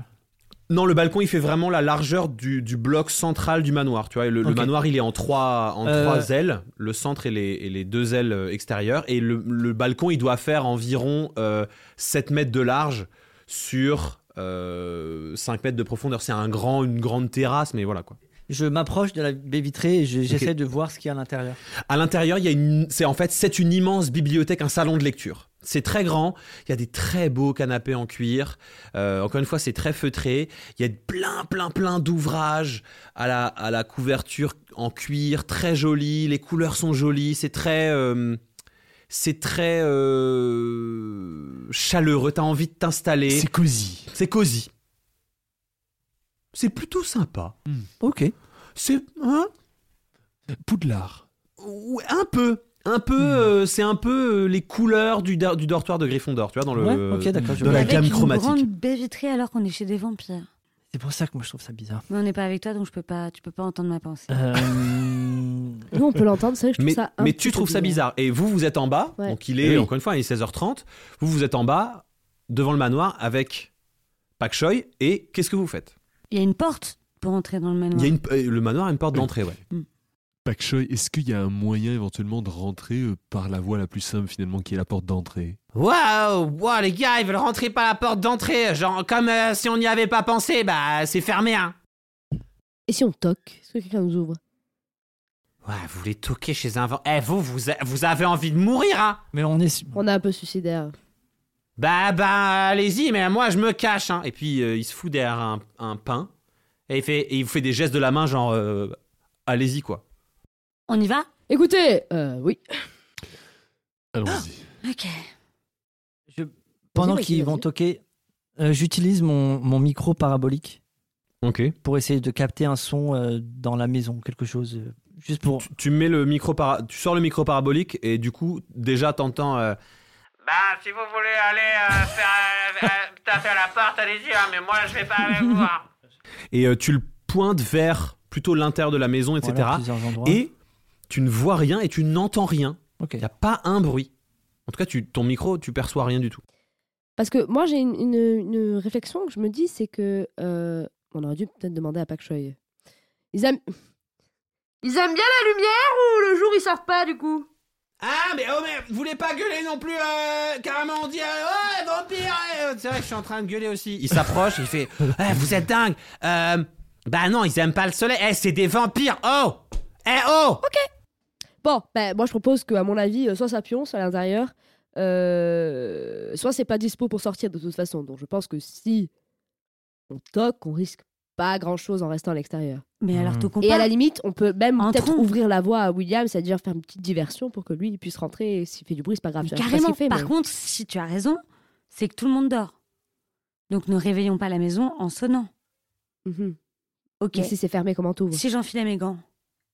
Non, le balcon, il fait vraiment la largeur du, du bloc central du manoir. Tu vois, Et le, le Ok. manoir, il est en trois, en Euh. trois ailes, le centre et les, et les deux ailes euh, extérieures. Et le, le balcon, il doit faire environ euh, 7 mètres de large sur euh, 5 mètres de profondeur. C'est un grand, une grande terrasse, mais voilà quoi. Je m'approche de la baie vitrée et je- j'essaie de voir ce qu'il y a à l'intérieur. À l'intérieur, il y a une, c'est en fait c'est une immense bibliothèque, un salon de lecture. C'est très grand. Il y a des très beaux canapés en cuir. Euh, encore une fois, c'est très feutré. Il y a plein, plein, plein d'ouvrages à la, à la couverture en cuir, très jolie. Les couleurs sont jolies. C'est très, euh, c'est très euh, chaleureux. T'as envie de t'installer. C'est cosy. C'est cosy. C'est plutôt sympa. Hmm. Ok. C'est, hein Poudlard. Ouais, un peu. Un Hmm. peu, euh, c'est un peu euh, les couleurs du, dar- du dortoir de Gryffondor, tu vois, dans le. Ouais, ok, d'accord. je dans vois. la Avec gamme une chromatique. grande baie vitrée alors qu'on est chez des vampires. C'est pour ça que moi je trouve ça bizarre. Mais on n'est pas avec toi, donc je peux pas, tu peux pas entendre ma pensée. Euh, Nous, on peut l'entendre, c'est vrai que je trouve Mais, ça. un mais petit tu peu trouves ça bizarre. Et vous, vous êtes en bas, Ouais. donc il est, Oui. encore une fois, il est 16h30, vous, vous êtes en bas, devant le manoir, avec Pak Choi, et qu'est-ce que vous faites Il y a une porte pour entrer dans le Il y manoir. a une, euh, Le manoir a une porte Oui. d'entrée, ouais. Pak Choi, est-ce qu'il y a un moyen éventuellement de rentrer euh, par la voie la plus simple, finalement, qui est la porte d'entrée Waouh, waouh, les gars, ils veulent rentrer par la porte d'entrée. Genre, comme euh, si on n'y avait pas pensé, bah, c'est fermé, hein. Et si on toque Est-ce que quelqu'un nous ouvre Ouais, vous voulez toquer chez un vent. Eh, vous, vous, a- vous avez envie de mourir, hein. mais on est. On est un peu suicidaire. Bah, bah, allez-y, mais moi, je me cache, hein. Et puis, euh, il se fout derrière un, un pain. Et il, fait, et il vous fait des gestes de la main, genre, euh, allez-y, quoi. On y va Écoutez, euh, oui. Allons-y. Ok. je- Pendant vas-y, qu'ils vas-y. vont toquer, euh, j'utilise mon, mon micro parabolique Ok. pour essayer de capter un son euh, dans la maison, quelque chose. euh, juste pour. Tu, tu mets le micro para- tu sors le micro parabolique, et du coup, déjà, t'entends. euh, Bah, si vous voulez aller euh, faire, euh, euh, taper à la porte, allez-y, hein, mais moi, je vais pas avec vous, hein. et euh, tu le pointes vers plutôt l'intérieur de la maison, etc. voilà, plusieurs endroits. et tu ne vois rien et tu n'entends rien. Ok. Il n'y a pas un bruit. En tout cas, tu, ton micro, tu perçois rien du tout. Parce que moi, j'ai une, une- une réflexion que je me dis, c'est que. euh, on aurait dû peut-être demander à Pak Choi. Ils aiment. Ils aiment bien la lumière ou le jour ils savent pas du coup Ah, mais oh, mais vous voulez pas gueuler non plus, euh, carrément, on dit, euh, oh, vampire, euh, c'est vrai que je suis en train de gueuler aussi. Il s'approche, il fait, Eh, vous êtes dingue, euh, bah non, ils aiment pas le soleil, eh, c'est des vampires, oh, eh, oh, Bon, ben, moi je propose que, à mon avis, euh, soit ça pionce à l'intérieur, euh, soit c'est pas dispo pour sortir de toute façon. Donc je pense que si on toque, on risque pas grand chose en restant à l'extérieur. Mais alors, Hmm. tout Et à la compris. limite, on peut même Entrons. peut-être ouvrir la voie à William, c'est-à-dire faire une petite diversion pour que lui il puisse rentrer. et S'il fait du bruit, c'est pas grave. je sais pas ce qu'il Carrément. fait, Par mais- contre, si tu as raison, c'est que tout le monde dort. Donc ne réveillons pas la maison en sonnant. Mhm. Ok. Mais si c'est fermé, comment t'ouvres Si j'enfile mes gants.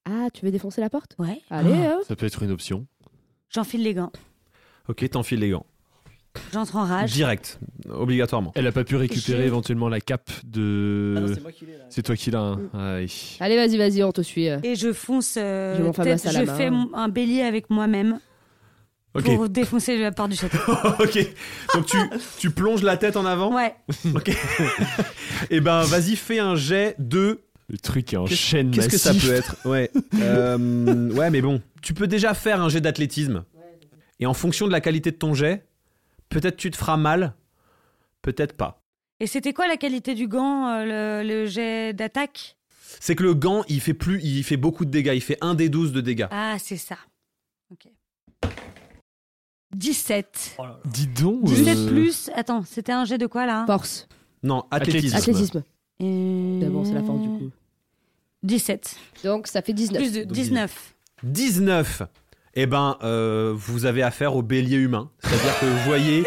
Ah, tu veux défoncer la porte Ouais. Allez, hein. Ça peut être une option. J'enfile les gants. Ok, t'enfiles les gants. J'entre en rage. Direct, obligatoirement. Elle a pas pu récupérer Je- éventuellement la cape de. Ah moi qui l'ai là. Mm. c'est toi qui l'as. hein. Aïe. Allez, vas-y, vas-y, on te suit. euh. Et je fonce. euh, J'ai mon fameux tête- je salama. fais mon- un bélier avec moi-même Ok, pour défoncer la porte du château. ok. Donc tu, tu plonges la tête en avant. Ouais. Et ben, vas-y, fais un jet de. Le truc est en chaîne Bah Qu'est-ce que ça massif. peut être Ouais. Euh, ouais, mais bon, tu peux déjà faire un jet d'athlétisme. Et en fonction de la qualité de ton jet, peut-être tu te feras mal, peut-être pas. Et c'était quoi la qualité du gant, euh, le, le jet d'attaque C'est que le gant, il fait plus, il fait beaucoup de dégâts. Il fait 1 des 12 de dégâts. Ah, c'est ça. Ok. 17. Dis donc. 17 euh, plus. Attends, c'était un jet de quoi là Force. Non, athlétisme. Athlétisme. Euh, D'abord, c'est la force du coup. 17. Donc ça fait 19. Plus de 19. 19. Eh ben, euh, vous avez affaire au bélier humain. C'est-à-dire que vous voyez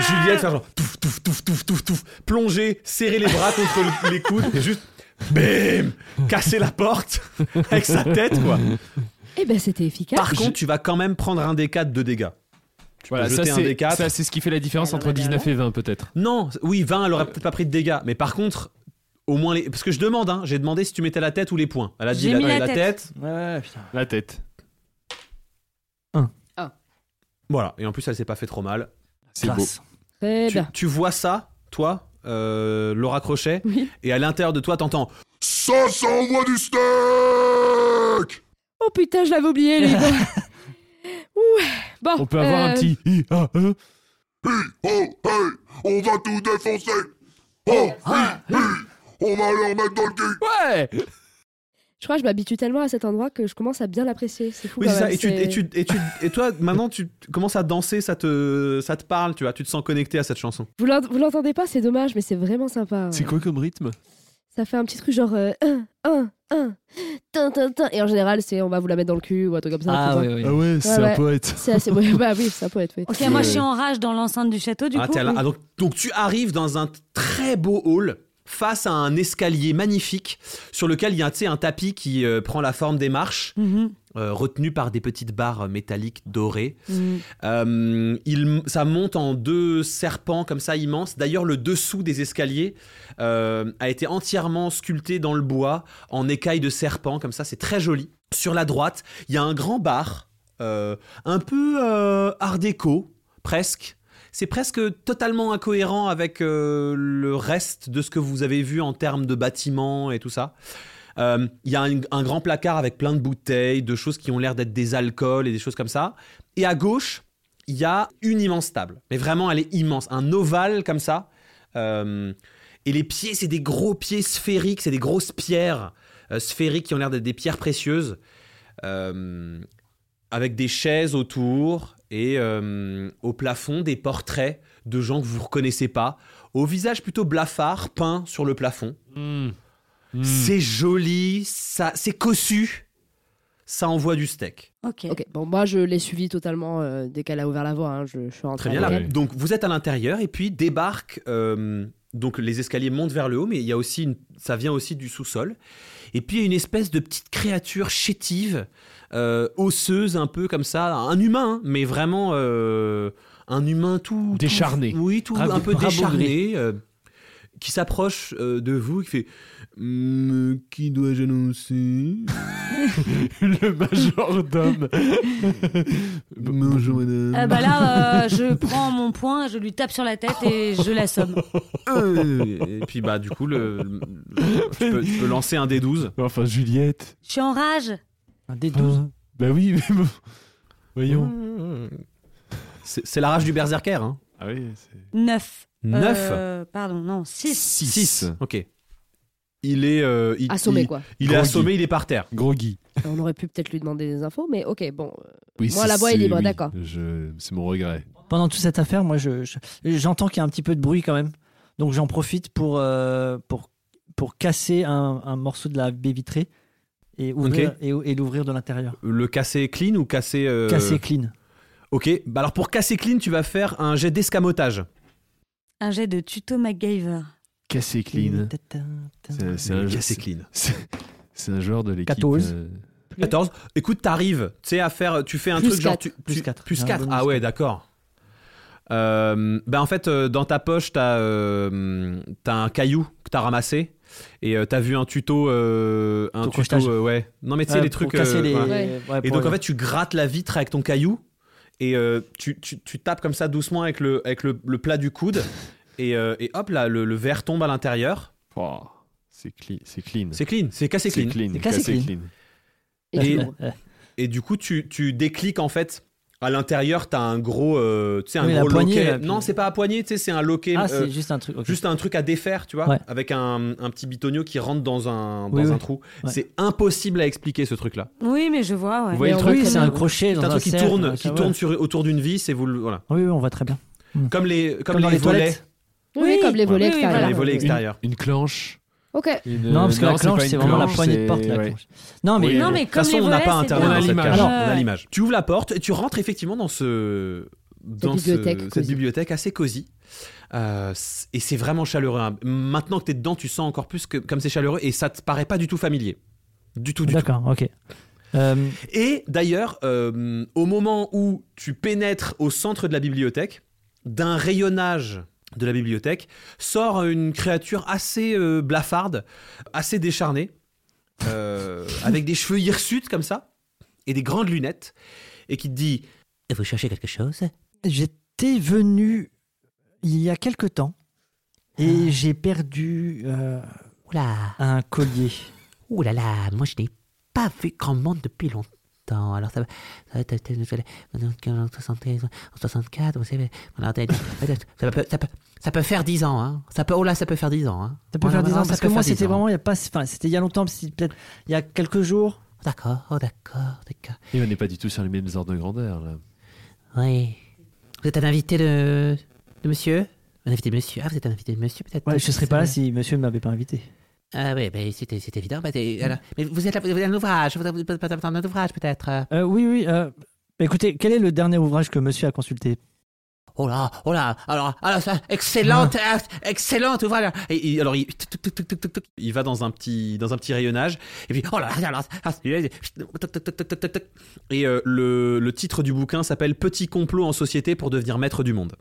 Juliette faire genre touf, touf, touf, touf, touf, touf, plonger, serrer les bras contre le- les coudes et juste bim, casser la porte avec sa tête, quoi. Eh ben c'était efficace. Par contre, tu vas quand même prendre un des 4 de dégâts. Tu peux Voilà, ça jeter un des c'est, 4. ça, c'est ce qui fait la différence Alors, entre voilà. 19 et 20 peut-être. Non, oui, 20, elle aurait peut-être pas pris de dégâts. Mais par contre, au moins les. Parce que je demande, hein, j'ai demandé si tu mettais la tête ou les points. Elle a dit J'ai la, mis la la tête. tête. Ouais, putain. La tête. Voilà, et en plus, elle s'est pas fait trop mal. C'est Classe. Très tu, bien. tu vois ça, toi, euh, Laura Crochet, Oui. et à l'intérieur de toi, t'entends Ça, ça envoie du steak Oh putain, je l'avais oublié les gars. Ouh. Bon. beau. On peut avoir un euh, petit. I, A, E. Oh, hey On va tout défoncer Oh, hi, hi. On va leur mettre dans le cul Ouais Je crois que je m'habitue tellement à cet endroit que je commence à bien l'apprécier. C'est fou. Oui, quand c'est ça. même, Et, tu, c'est- et, tu, et, tu, et toi, maintenant, tu tu commences à danser, ça te, ça te parle, tu vois. Tu te sens connecté à cette chanson. Vous l'ent- vous l'entendez pas, c'est dommage, mais c'est vraiment sympa. hein. C'est quoi comme rythme Ça fait un petit truc genre 1, 1, 1, tin, tin, tin. Et en général, c'est on va vous la mettre dans le cul ou un truc comme ça. tu Ah vois. oui, oui. Ah ouais, c'est ouais. un poète. C'est assez. ouais, bah oui, ça peut être. oui. Ok, moi je suis en rage dans l'enceinte du château du Ah, coup. t'es à la- ah, donc, donc tu arrives dans un très beau hall face à un escalier magnifique sur lequel il y a tu sais, un tapis qui euh, prend la forme des marches, Mhm, euh, retenu par des petites barres métalliques dorées. Mm. mhm. Euh, il, ça monte en deux serpents comme ça immenses. D'ailleurs, le dessous des escaliers euh, a été entièrement sculpté dans le bois en écailles de serpent comme ça. C'est très joli. Sur la droite, il y a un grand bar, euh, un peu euh, art déco presque. C'est presque totalement incohérent avec euh, le reste de ce que vous avez vu en termes de bâtiments et tout ça. Euh, Il y a un, un grand placard avec plein de bouteilles, de choses qui ont l'air d'être des alcools et des choses comme ça. Et à gauche, il y a une immense table. Mais vraiment, elle est immense. Un ovale comme ça. Euh, et les pieds, c'est des gros pieds sphériques, c'est des grosses pierres euh, sphériques qui ont l'air d'être des pierres précieuses. Euh, avec des chaises autour et euh, au plafond des portraits de gens que vous reconnaissez pas, au visage plutôt blafard peint sur le plafond. C'est joli, ça, c'est cossu, ça envoie du steak. Ok. Ok, bon, moi je l'ai suivi totalement euh, dès qu'elle a ouvert la voie. hein, je, je suis rentré. Très bien. Ah avec là. elle. Donc vous êtes à l'intérieur et puis débarque. euh, donc les escaliers montent vers le haut, mais il y a aussi une- ça vient aussi du sous-sol. Et puis il y a une espèce de petite créature chétive, euh, osseuse un peu comme ça, un humain, hein, mais vraiment euh, un humain tout tout- Décharné. oui, tout Rabo- un peu rabougré. décharné. euh, qui s'approche euh, de vous, qui fait Hum, Qui dois-je annoncer le majordome. Bonjour madame. Ah bah là, euh, je prends mon poing, je lui tape sur la tête et je l'assomme. Euh, Et puis, bah, du coup, le, le- tu, peux, tu peux lancer un D12. enfin, Juliette. Je suis en rage. Un D12. Hein bah oui, mais bon. Voyons. C'est c'est la rage du berserker. Hein. Ah oui, c'est... 9. Euh, 9 Euh, Pardon, non, 6. 6. Ok. Il est euh, il, Assommé il- quoi. Euh, Il est Groggy. assommé, il est par terre. Gros Guy. On aurait pu peut-être lui demander des infos, mais ok, bon. euh, Oui, Moi, c'est- la voix est c'est- libre, oui, d'accord. je- C'est mon regret. Pendant toute cette affaire, moi, je, je- j'entends qu'il y a un petit peu de bruit quand même. Donc, j'en profite pour, euh, pour, pour casser un, un morceau de la baie vitrée et, ouvrir, Ok. et, et l'ouvrir de l'intérieur. Le casser clean ou casser. euh, Casser clean. Ok. Bah, alors pour casser clean, tu vas faire un jet d'escamotage. Un jet de tuto MacGyver. Cassé clean. C'est- C'est un, Casser clean. c'est- c'est un joueur de l'équipe. 14. euh, 14. Écoute, t'arrives, tu sais, à faire. Tu fais un Plus truc genre. quatre. tu- tu- Plus quatre. Plus Un 4. bonus. Ah ouais, d'accord. Euh, ben en fait, euh, dans ta poche, t'as euh, t'as un caillou que t'as ramassé et euh, t'as vu un tuto. euh, un Ton tuto. crochetage. euh, ouais. Non, mais tu sais, Ouais, les pour trucs. casser euh, les- voilà. Ouais. ouais, Et pour- donc, en fait, tu grattes la vitre avec ton caillou et euh, tu, tu- tu tapes comme ça doucement avec le, avec le, le plat du coude. Et, euh, et hop, là, le, le verre tombe à l'intérieur. oh, c'est clean. C'est clean. C'est clean, c'est cassé clean. clean. C'est cassé cassé clean. clean. Et Et- Ouais. Et du coup, tu, tu décliques en fait À l'intérieur, t'as un gros, euh, tu sais, un Oui, la gros poignée, loquet. là, puis- Non, c'est pas à poignée, tu sais, c'est un loquet. Ah, euh, c'est juste un truc. ok. juste un truc à défaire, tu vois, Ouais. avec un, un petit bitonio qui rentre dans un, dans Oui, un oui. trou. Ouais. C'est impossible à expliquer ce truc-là. Oui, mais je vois. Ouais. Vous voyez Oui, le truc c'est un crochet C'est dans un un truc qui cercle, euh, tourne, ouais, qui ça, tourne ouais. sur, autour d'une vis et vous le- voilà. Oui, oui, on voit très bien. Comme les comme, Comme dans les, les volets, toilettes. Oui, comme les volets oui, oui, comme extérieurs. les volets Une- extérieurs. Une clenche. Ok. Euh, une- euh, Non, parce que la pas clenche, une c'est vraiment la clenche, poignée de c'est- porte. La ouais. clenche. Non, mais Oui. Non, Et- mais De toute comme façon, les on n'a volets, pas c'est internet On bien. a dans cette l'image. cage. Alors- on a l'image. Tu ouvres la porte et tu rentres effectivement dans ce dans ce- bibliothèque cette cosy. bibliothèque assez cosy. Euh, c- et c'est vraiment chaleureux. hein. Maintenant que t'es dedans, tu sens encore plus que comme c'est chaleureux et ça te paraît pas du tout familier, du tout, du tout. D'accord, ok. Euh, Et d'ailleurs, euh, au moment où tu pénètres au centre de la bibliothèque, d'un rayonnage de la bibliothèque sort une créature assez euh, blafarde, assez décharnée, euh, avec des cheveux hirsutes comme ça, et des grandes lunettes, et qui te dit Vous cherchez quelque chose J'étais venu il y a quelque temps Ah. et j'ai perdu euh, Oula, un collier. oula là, moi je n'ai pas vu grand monde depuis longtemps. Alors ça va. ça va être- ça va être- en 73, en 64, vous savez, on a- Ça peut, ça peut- ça peut faire 10 ans, hein. Ça peut, oh là, ça peut faire 10 ans, hein. Ça peut Oh là faire là, des ans ça parce peut que moi faire 10 c'était ans. vraiment il y a pas enfin c'était il y a longtemps si- peut-être il y a quelques jours. D'accord, oh d'accord, d'accord. Et on n'est pas du tout sur les mêmes ordres de grandeur, là. Oui. Vous êtes un invité de, de monsieur Un invité de monsieur Ah, vous êtes un invité de monsieur peut-être Ouais, je serais pas là Euh, si monsieur ne m'avait pas invité. Ah oui, ben, c'est c'est évident. Ben, t'es- alors, mais vous êtes là, vous avez un ouvrage, vous avez vous avez un ouvrage peut-être euh. Euh, oui oui euh, écoutez, quel est le dernier ouvrage que monsieur a consulté Oh là, oh là, alors, alors ça, excellente, euh, excellente ouvrage. Et, et alors, il, tuc, tuc, tuc, tuc, tuc, tuc, tuc. Il va dans un petit, dans un petit rayonnage. Et puis, oh là là, alors, ah, c'est- tuc, tuc, tuc, tuc, tuc, tuc. Et euh, le, le titre du bouquin s'appelle Petit complot en société pour devenir maître du monde.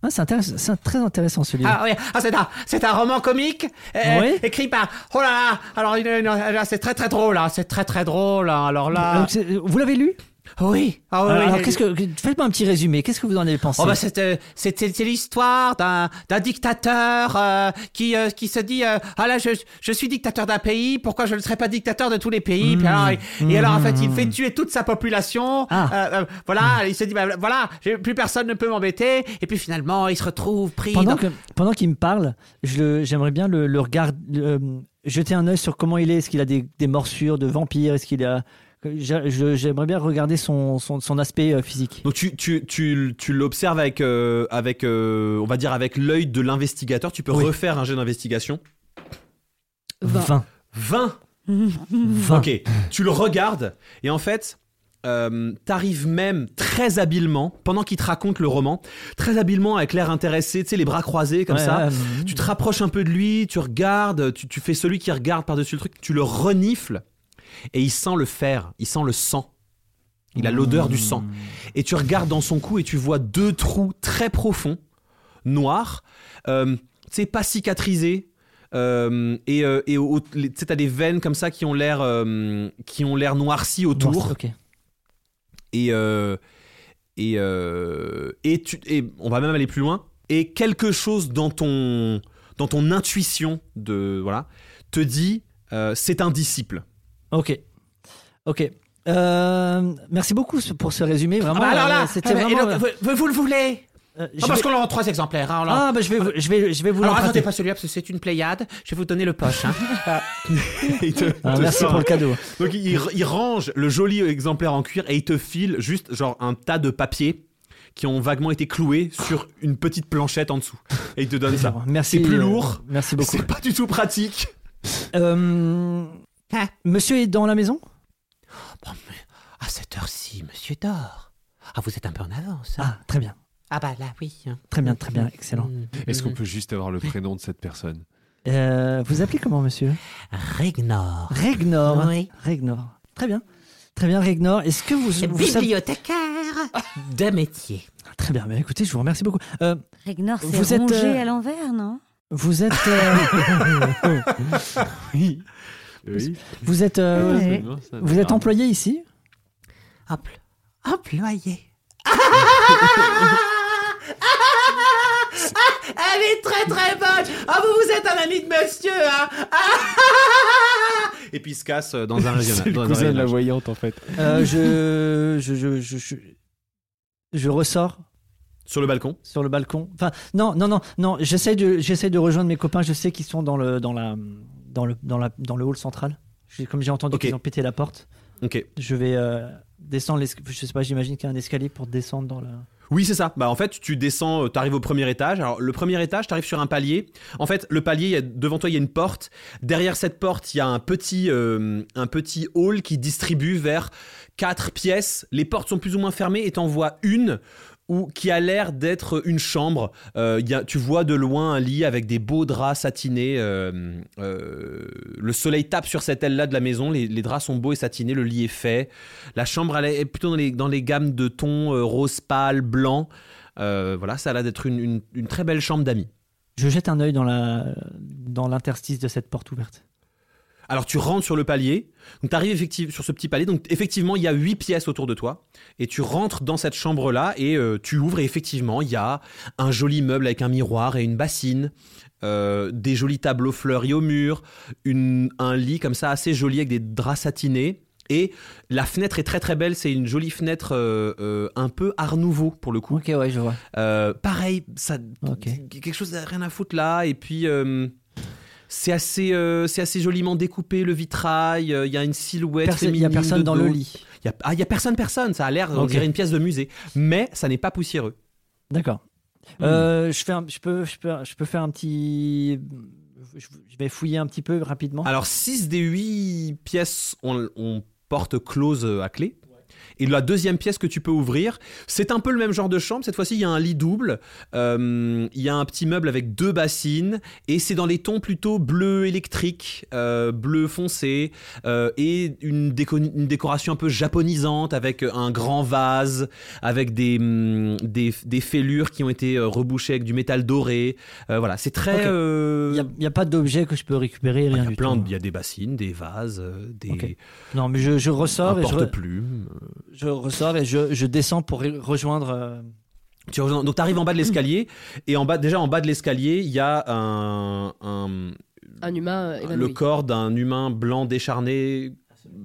Ah, c'est intéressant- c'est très intéressant ce livre. Ah oui, ah, c'est un, c'est un roman comique euh, Oui. écrit par. Oh là là, alors une- une- là, c'est très très drôle, hein, c'est très très drôle. hein, alors là, Donc, c'est- euh, vous l'avez lu oui. Ah, oui, Alors, oui, alors, oui. qu'est-ce que faites-moi un petit résumé. Qu'est-ce que vous en avez pensé Oh bah c'est euh, c'est- c'est- c'est l'histoire d'un d'un dictateur euh, qui euh, qui se dit euh, ah là je je suis dictateur d'un pays pourquoi je ne serais pas dictateur de tous les pays Puis alors, et, Mmh. et alors en fait il fait tuer toute sa population Ah. Euh, euh, voilà Mmh. il se dit bah, voilà j'ai- plus personne ne peut m'embêter et puis finalement il se retrouve pris pendant dans- que- pendant qu'il me parle, je le- j'aimerais bien le, le regarder, jeter un œil sur comment il est. Est-ce qu'il a des, des morsures de vampire Est-ce qu'il a j'a- je- J'aimerais bien regarder son, son, son aspect euh, physique. Donc, tu, tu, tu, tu l'observes avec, euh, avec euh, on va dire, avec l'œil de l'investigateur. Tu peux Oui. refaire un jet d'investigation. 20. 20 20. Ok, tu le regardes et en fait, euh, t'arrives même très habilement, pendant qu'il te raconte le roman, très habilement avec l'air intéressé, tu sais, les bras croisés comme Ouais, ouais, ça. ouais. Tu te rapproches un peu de lui, tu regardes, tu, tu fais celui qui regarde par-dessus le truc, tu le renifles et il sent le fer, il sent le sang. Il a l'odeur du sang. Et tu regardes dans son cou et tu vois deux trous très profonds, noirs, euh, tu sais, pas cicatrisés. euh, et euh, et au- les- tu sais, t'as des veines comme ça qui ont l'air euh, qui ont l'air noircies autour Noirci, ok. et euh, et euh, et tu et on va même aller plus loin et quelque chose dans ton dans ton intuition de voilà te dit euh, c'est un disciple Ok. Ok. Euh, merci beaucoup ce- pour ce résumé. Vraiment, Ah bah alors là, euh, c'était ah bah, et vraiment. donc, vous, vous le voulez euh, je Ah, parce vais- qu'on l'a en trois exemplaires hein, on l'a- Ah, bah, je vais, vous- je vais, je vais vous alors attendez l'emprunter. pas celui-là parce que c'est une pléiade je vais vous donner le poche hein. Il te- Ah, te merci sort- pour le cadeau. donc il, il- il range le joli exemplaire en cuir et il te file juste genre un tas de papiers qui ont vaguement été cloués sur une petite planchette en dessous et il te donne ça Merci. C'est plus euh, lourd. Merci beaucoup. c'est pas du tout pratique Euh, Ah. Monsieur est dans la maison Bon, Oh, mais à cette heure-ci monsieur dort ah vous êtes un peu en avance hein. Ah, très bien. ah bah là oui hein. Très bien, très bien, excellent. Mm. Est-ce qu'on peut juste avoir le prénom de cette personne Euh, vous appelez comment, monsieur Regnor. Regnor. Oui. Regnor. Très bien. Très bien, Regnor. Est-ce que vous, vous savez... Bibliothécaire de métier. Très bien, mais écoutez, je vous remercie beaucoup. Euh, Regnor, Vous c'est êtes, rongé euh, à l'envers, non vous êtes... euh, Oui. vous êtes... euh, Vous Ah. êtes employé ici Empl- employé. Elle est très très bonne. Ah vous vous êtes un ami de monsieur hein. et puis il se casse dans un C'est régional le dans un cousin de la régional. voyante en fait. Euh, je, je, je, je- je- je ressors Sur le balcon sur le balcon. Enfin, non, non, non, non. J'essaie de, j'essaie de rejoindre mes copains. Je sais qu'ils sont dans le, dans la, dans le, dans la, dans le hall central. J'ai- Comme j'ai entendu Ok. qu'ils ont pété la porte, Ok. je vais euh, descendre. l'es- Je sais pas. J'imagine qu'il y a un escalier pour descendre dans la. Oui, c'est ça. Bah, en fait, tu descends, euh, t'arrives au premier étage. Alors, le premier étage, t'arrives sur un palier. En fait, le palier, il y a- devant toi, il y a une porte. Derrière cette porte, il y a un petit, euh, un petit hall qui distribue vers quatre pièces. Les portes sont plus ou moins fermées et t'en vois une où, qui a l'air d'être une chambre. Euh, il y a- tu vois de loin un lit avec des beaux draps satinés. euh, euh, le soleil tape sur cette aile-là de la maison. Les, les draps sont beaux et satinés. Le lit est fait. La chambre elle est plutôt dans les, dans les gammes de tons euh, rose pâle, blanc. Euh, voilà, ça a l'air d'être une, une- une très belle chambre d'amis. Je jette un œil dans la, dans l'interstice de cette porte ouverte. Alors tu rentres sur le palier, donc tu arrives effectivement sur ce petit palier, donc effectivement il y a huit pièces autour de toi, et tu rentres dans cette chambre-là, et euh, tu ouvres, et effectivement il y a un joli meuble avec un miroir et une bassine, euh, des jolis tableaux fleuris au mur, une- un lit comme ça assez joli avec des draps satinés, et la fenêtre est très très belle, c'est une jolie fenêtre euh, euh, un peu art nouveau pour le coup. Ok, ouais, je vois. Euh, pareil, ça, Ok. quelque chose à rien à foutre là. Et puis, euh, c'est assez, euh, c'est assez joliment découpé le vitrail. euh, Il y a une silhouette. Personne- Il y féminine a personne de dans le dos. lit. Il y a, ah, il y a personne, personne. Ça a l'air, on Ok. dirait une pièce de musée. Mais ça n'est pas poussiéreux. D'accord. Hmm. Euh, je fais, un- je peux, je peux, je peux faire un petit. Je, je vais fouiller un petit peu rapidement. Alors, 6 des 8 pièces, on, on porte close euh, à clé. Et la deuxième pièce que tu peux ouvrir, c'est un peu le même genre de chambre. Cette fois-ci, il y a un lit double. Euh, il y a un petit meuble avec deux bassines. Et c'est dans les tons plutôt bleu électrique, euh, bleu foncé. euh, et une, déco- une décoration un peu japonisante avec un grand vase, avec des, hum, des, des fêlures qui ont été euh, rebouchées avec du métal doré. Euh, voilà, c'est très. Ok. euh, Il n'y a, il y a pas d'objet que je peux récupérer, Ah, il rien y a du plein, tout. de- il y a des bassines, des vases, euh, des Ok. Non, mais je, je ressors un et je, re- porte-plumes. je ressors et je, je descends pour re- rejoindre. euh, Tu rejoins- donc t'arrives en bas de l'escalier et en bas, déjà en bas de l'escalier, il y a un, un- Un humain Ah, euh, le évanoui. corps d'un humain blanc décharné,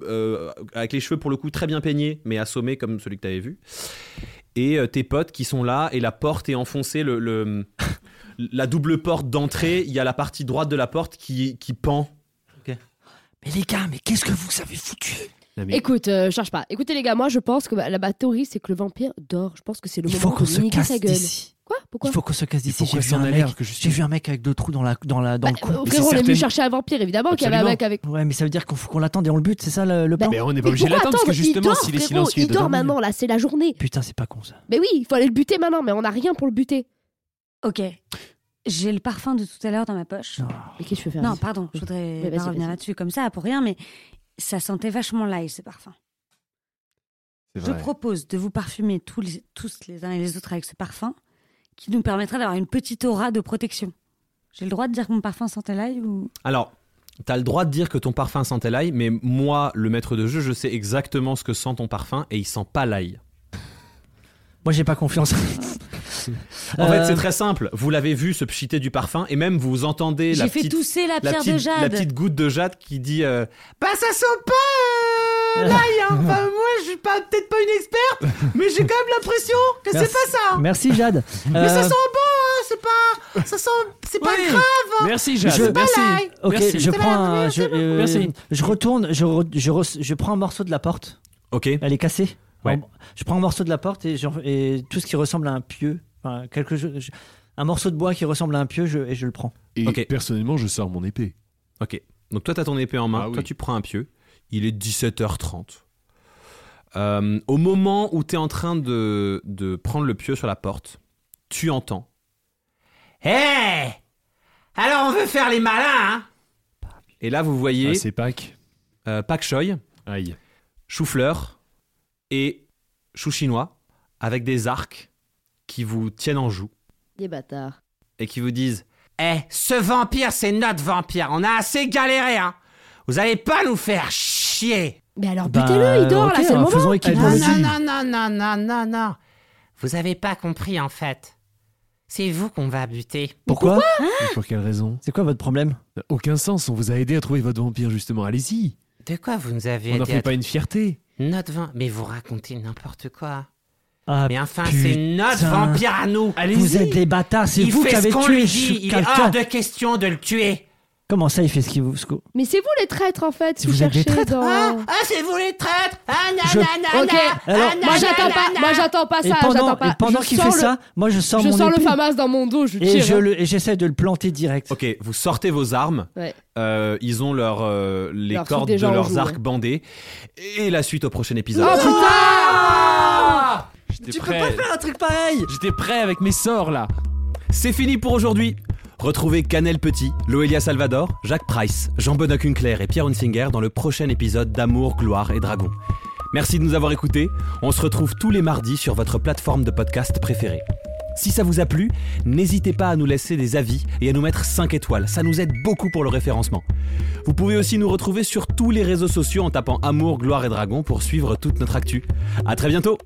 euh, avec les cheveux pour le coup très bien peignés, mais assommés comme celui que t'avais vu. Et euh, tes potes qui sont là et la porte est enfoncée, le, le- la double porte d'entrée, il y a la partie droite de la porte qui, qui pend. Mais les gars, mais qu'est-ce que vous avez foutu Écoute, euh, cherche pas. Écoutez les gars, moi je pense que bah, la bah, théorie c'est que le vampire dort. Je pense que c'est le Il faut moment qu'on de se niquer casse sa gueule. d'ici. Quoi Pourquoi Il faut qu'on se casse d'ici. faut J'ai qu'on vu s'en un alerte, mec. que je suis- J'ai vu un mec avec deux trous dans la dans la dans Bah, le cou. euh, Mais frérot, c'est on est venu certain- chercher un vampire évidemment qu'il y avait un Absolument. mec avec. Ouais, mais ça veut dire qu'on faut qu'on l'attende et on le bute, c'est ça le, le plan Mais on n'est pas Mais obligé de pourquoi l'attendre parce que attendre Il justement, dort, s'il est frérot, silencieux, il dort dedans- maintenant là, c'est la journée. Putain, c'est pas con ça. Mais oui, il faut aller le buter maintenant, mais on n'a rien pour le buter. Ok. J'ai le parfum de tout à l'heure dans ma poche. Non. Mais qu'est-ce que je peux faire Non, vas-y pardon, je voudrais Oui, vas-y, pas revenir vas-y. là-dessus comme ça pour rien, mais ça sentait vachement l'ail ce parfum. C'est Je vrai. propose de vous parfumer tous les, tous les uns et les autres avec ce parfum qui nous permettra d'avoir une petite aura de protection. J'ai le droit de dire que mon parfum sentait l'ail ou. Alors, t'as le droit de dire que ton parfum sentait l'ail, mais moi, le maître de jeu, je sais exactement ce que sent ton parfum et il sent pas l'ail. Moi, j'ai pas confiance. En Euh, fait, c'est très simple. Vous l'avez vu se pchiter du parfum et même vous entendez la J'ai fait petite, tousser la la, pierre petite, de la jade. petite goutte de jade qui dit euh, Bah ça sent pas euh, l'ail, hein. Enfin, moi je suis pas peut-être pas une experte, mais j'ai quand même l'impression que c'est Merci. pas ça. hein. Merci Jade. Mais ça Euh, sent bon, hein. C'est pas, ça sent, c'est pas Oui. grave. Merci, Jade. Je- Merci. Voilà. Ok, Merci. je Ça prends va, un, je, euh, Merci. je retourne, je, re- je, re- je prends un morceau de la porte. Ok. Elle est cassée. Ouais. Alors, Je prends un morceau de la porte et, je- et tout ce qui ressemble à un pieu, enfin, quelque chose, je- un morceau de bois qui ressemble à un pieu, je- et je le prends. Et Ok. personnellement, je sors mon épée. Ok. Donc toi, t'as ton épée en main. Ah oui. Toi, tu prends un pieu. Il est 17h30. Euh, au moment où t'es en train de, de prendre le pieu sur la porte, tu entends. Hé Alors on veut faire les malins, hein Et là, vous voyez Ah, c'est Pâques. euh, Pak Choi, Aïe. chou-fleur et chou chinois avec des arcs qui vous tiennent en joue Des bâtards. et qui vous disent Eh, ce vampire, c'est notre vampire. On a assez galéré, hein. Vous allez pas nous faire chier. Mais alors Bah, butez-le, il dort ok, là, c'est le alors, moment. faisons équipe. Non, Bon, non, vas-y. non, non, non, non, non, non. Vous avez pas compris, en fait. C'est vous qu'on va buter. Pourquoi Et pour quelle raison C'est quoi votre problème Ça n'a Aucun sens. On vous a aidé à trouver votre vampire, justement. Allez-y. De quoi vous nous avez On n'en aidé à fait pas une fierté. Notre vin. Mais vous racontez n'importe quoi. Ah, Mais enfin, c'est notre putain. vampire à nous. Vous êtes des bâtards, c'est Il vous fait qui ce avez qu'on tué lui dit. Il est quelqu'un. hors de question de le tuer. Comment ça, il fait ce qu'il vous. ce que- Mais c'est vous les traîtres en fait, si Vous vous êtes des cherchez traîtres. dans- Ah, ah, c'est vous les traîtres. Ah, na, Je- na, na, Ok, na. alors, Ah, na, Moi na, j'attends na, pas, na. moi j'attends pas Et ça, pendant, j'attends pas. et pendant Je qu'il sors fait le- ça, moi je sors je mon sors le épée famas dans mon dos, je et tire. je hein. le- et j'essaie de le planter direct. Ok, vous sortez vos armes. Ouais. Euh, ils ont leur, euh, les Leur truc cordes de déjà en leurs joue, arcs ouais. bandés. Et la suite au prochain épisode. Oh putain J'étais prêt. un truc pareil J'étais prêt avec mes sorts là. C'est fini pour aujourd'hui. Retrouvez Canel Petit, Loelia Salvador, Jacques Price, Jean-Benoît Kunkler et Pierre Hunsinger dans le prochain épisode d'Amour, Gloire et Dragon. Merci de nous avoir écoutés. On se retrouve tous les mardis sur votre plateforme de podcast préférée. Si ça vous a plu, n'hésitez pas à nous laisser des avis et à nous mettre 5 étoiles. Ça nous aide beaucoup pour le référencement. Vous pouvez aussi nous retrouver sur tous les réseaux sociaux en tapant Amour, Gloire et Dragon pour suivre toute notre actu. À très bientôt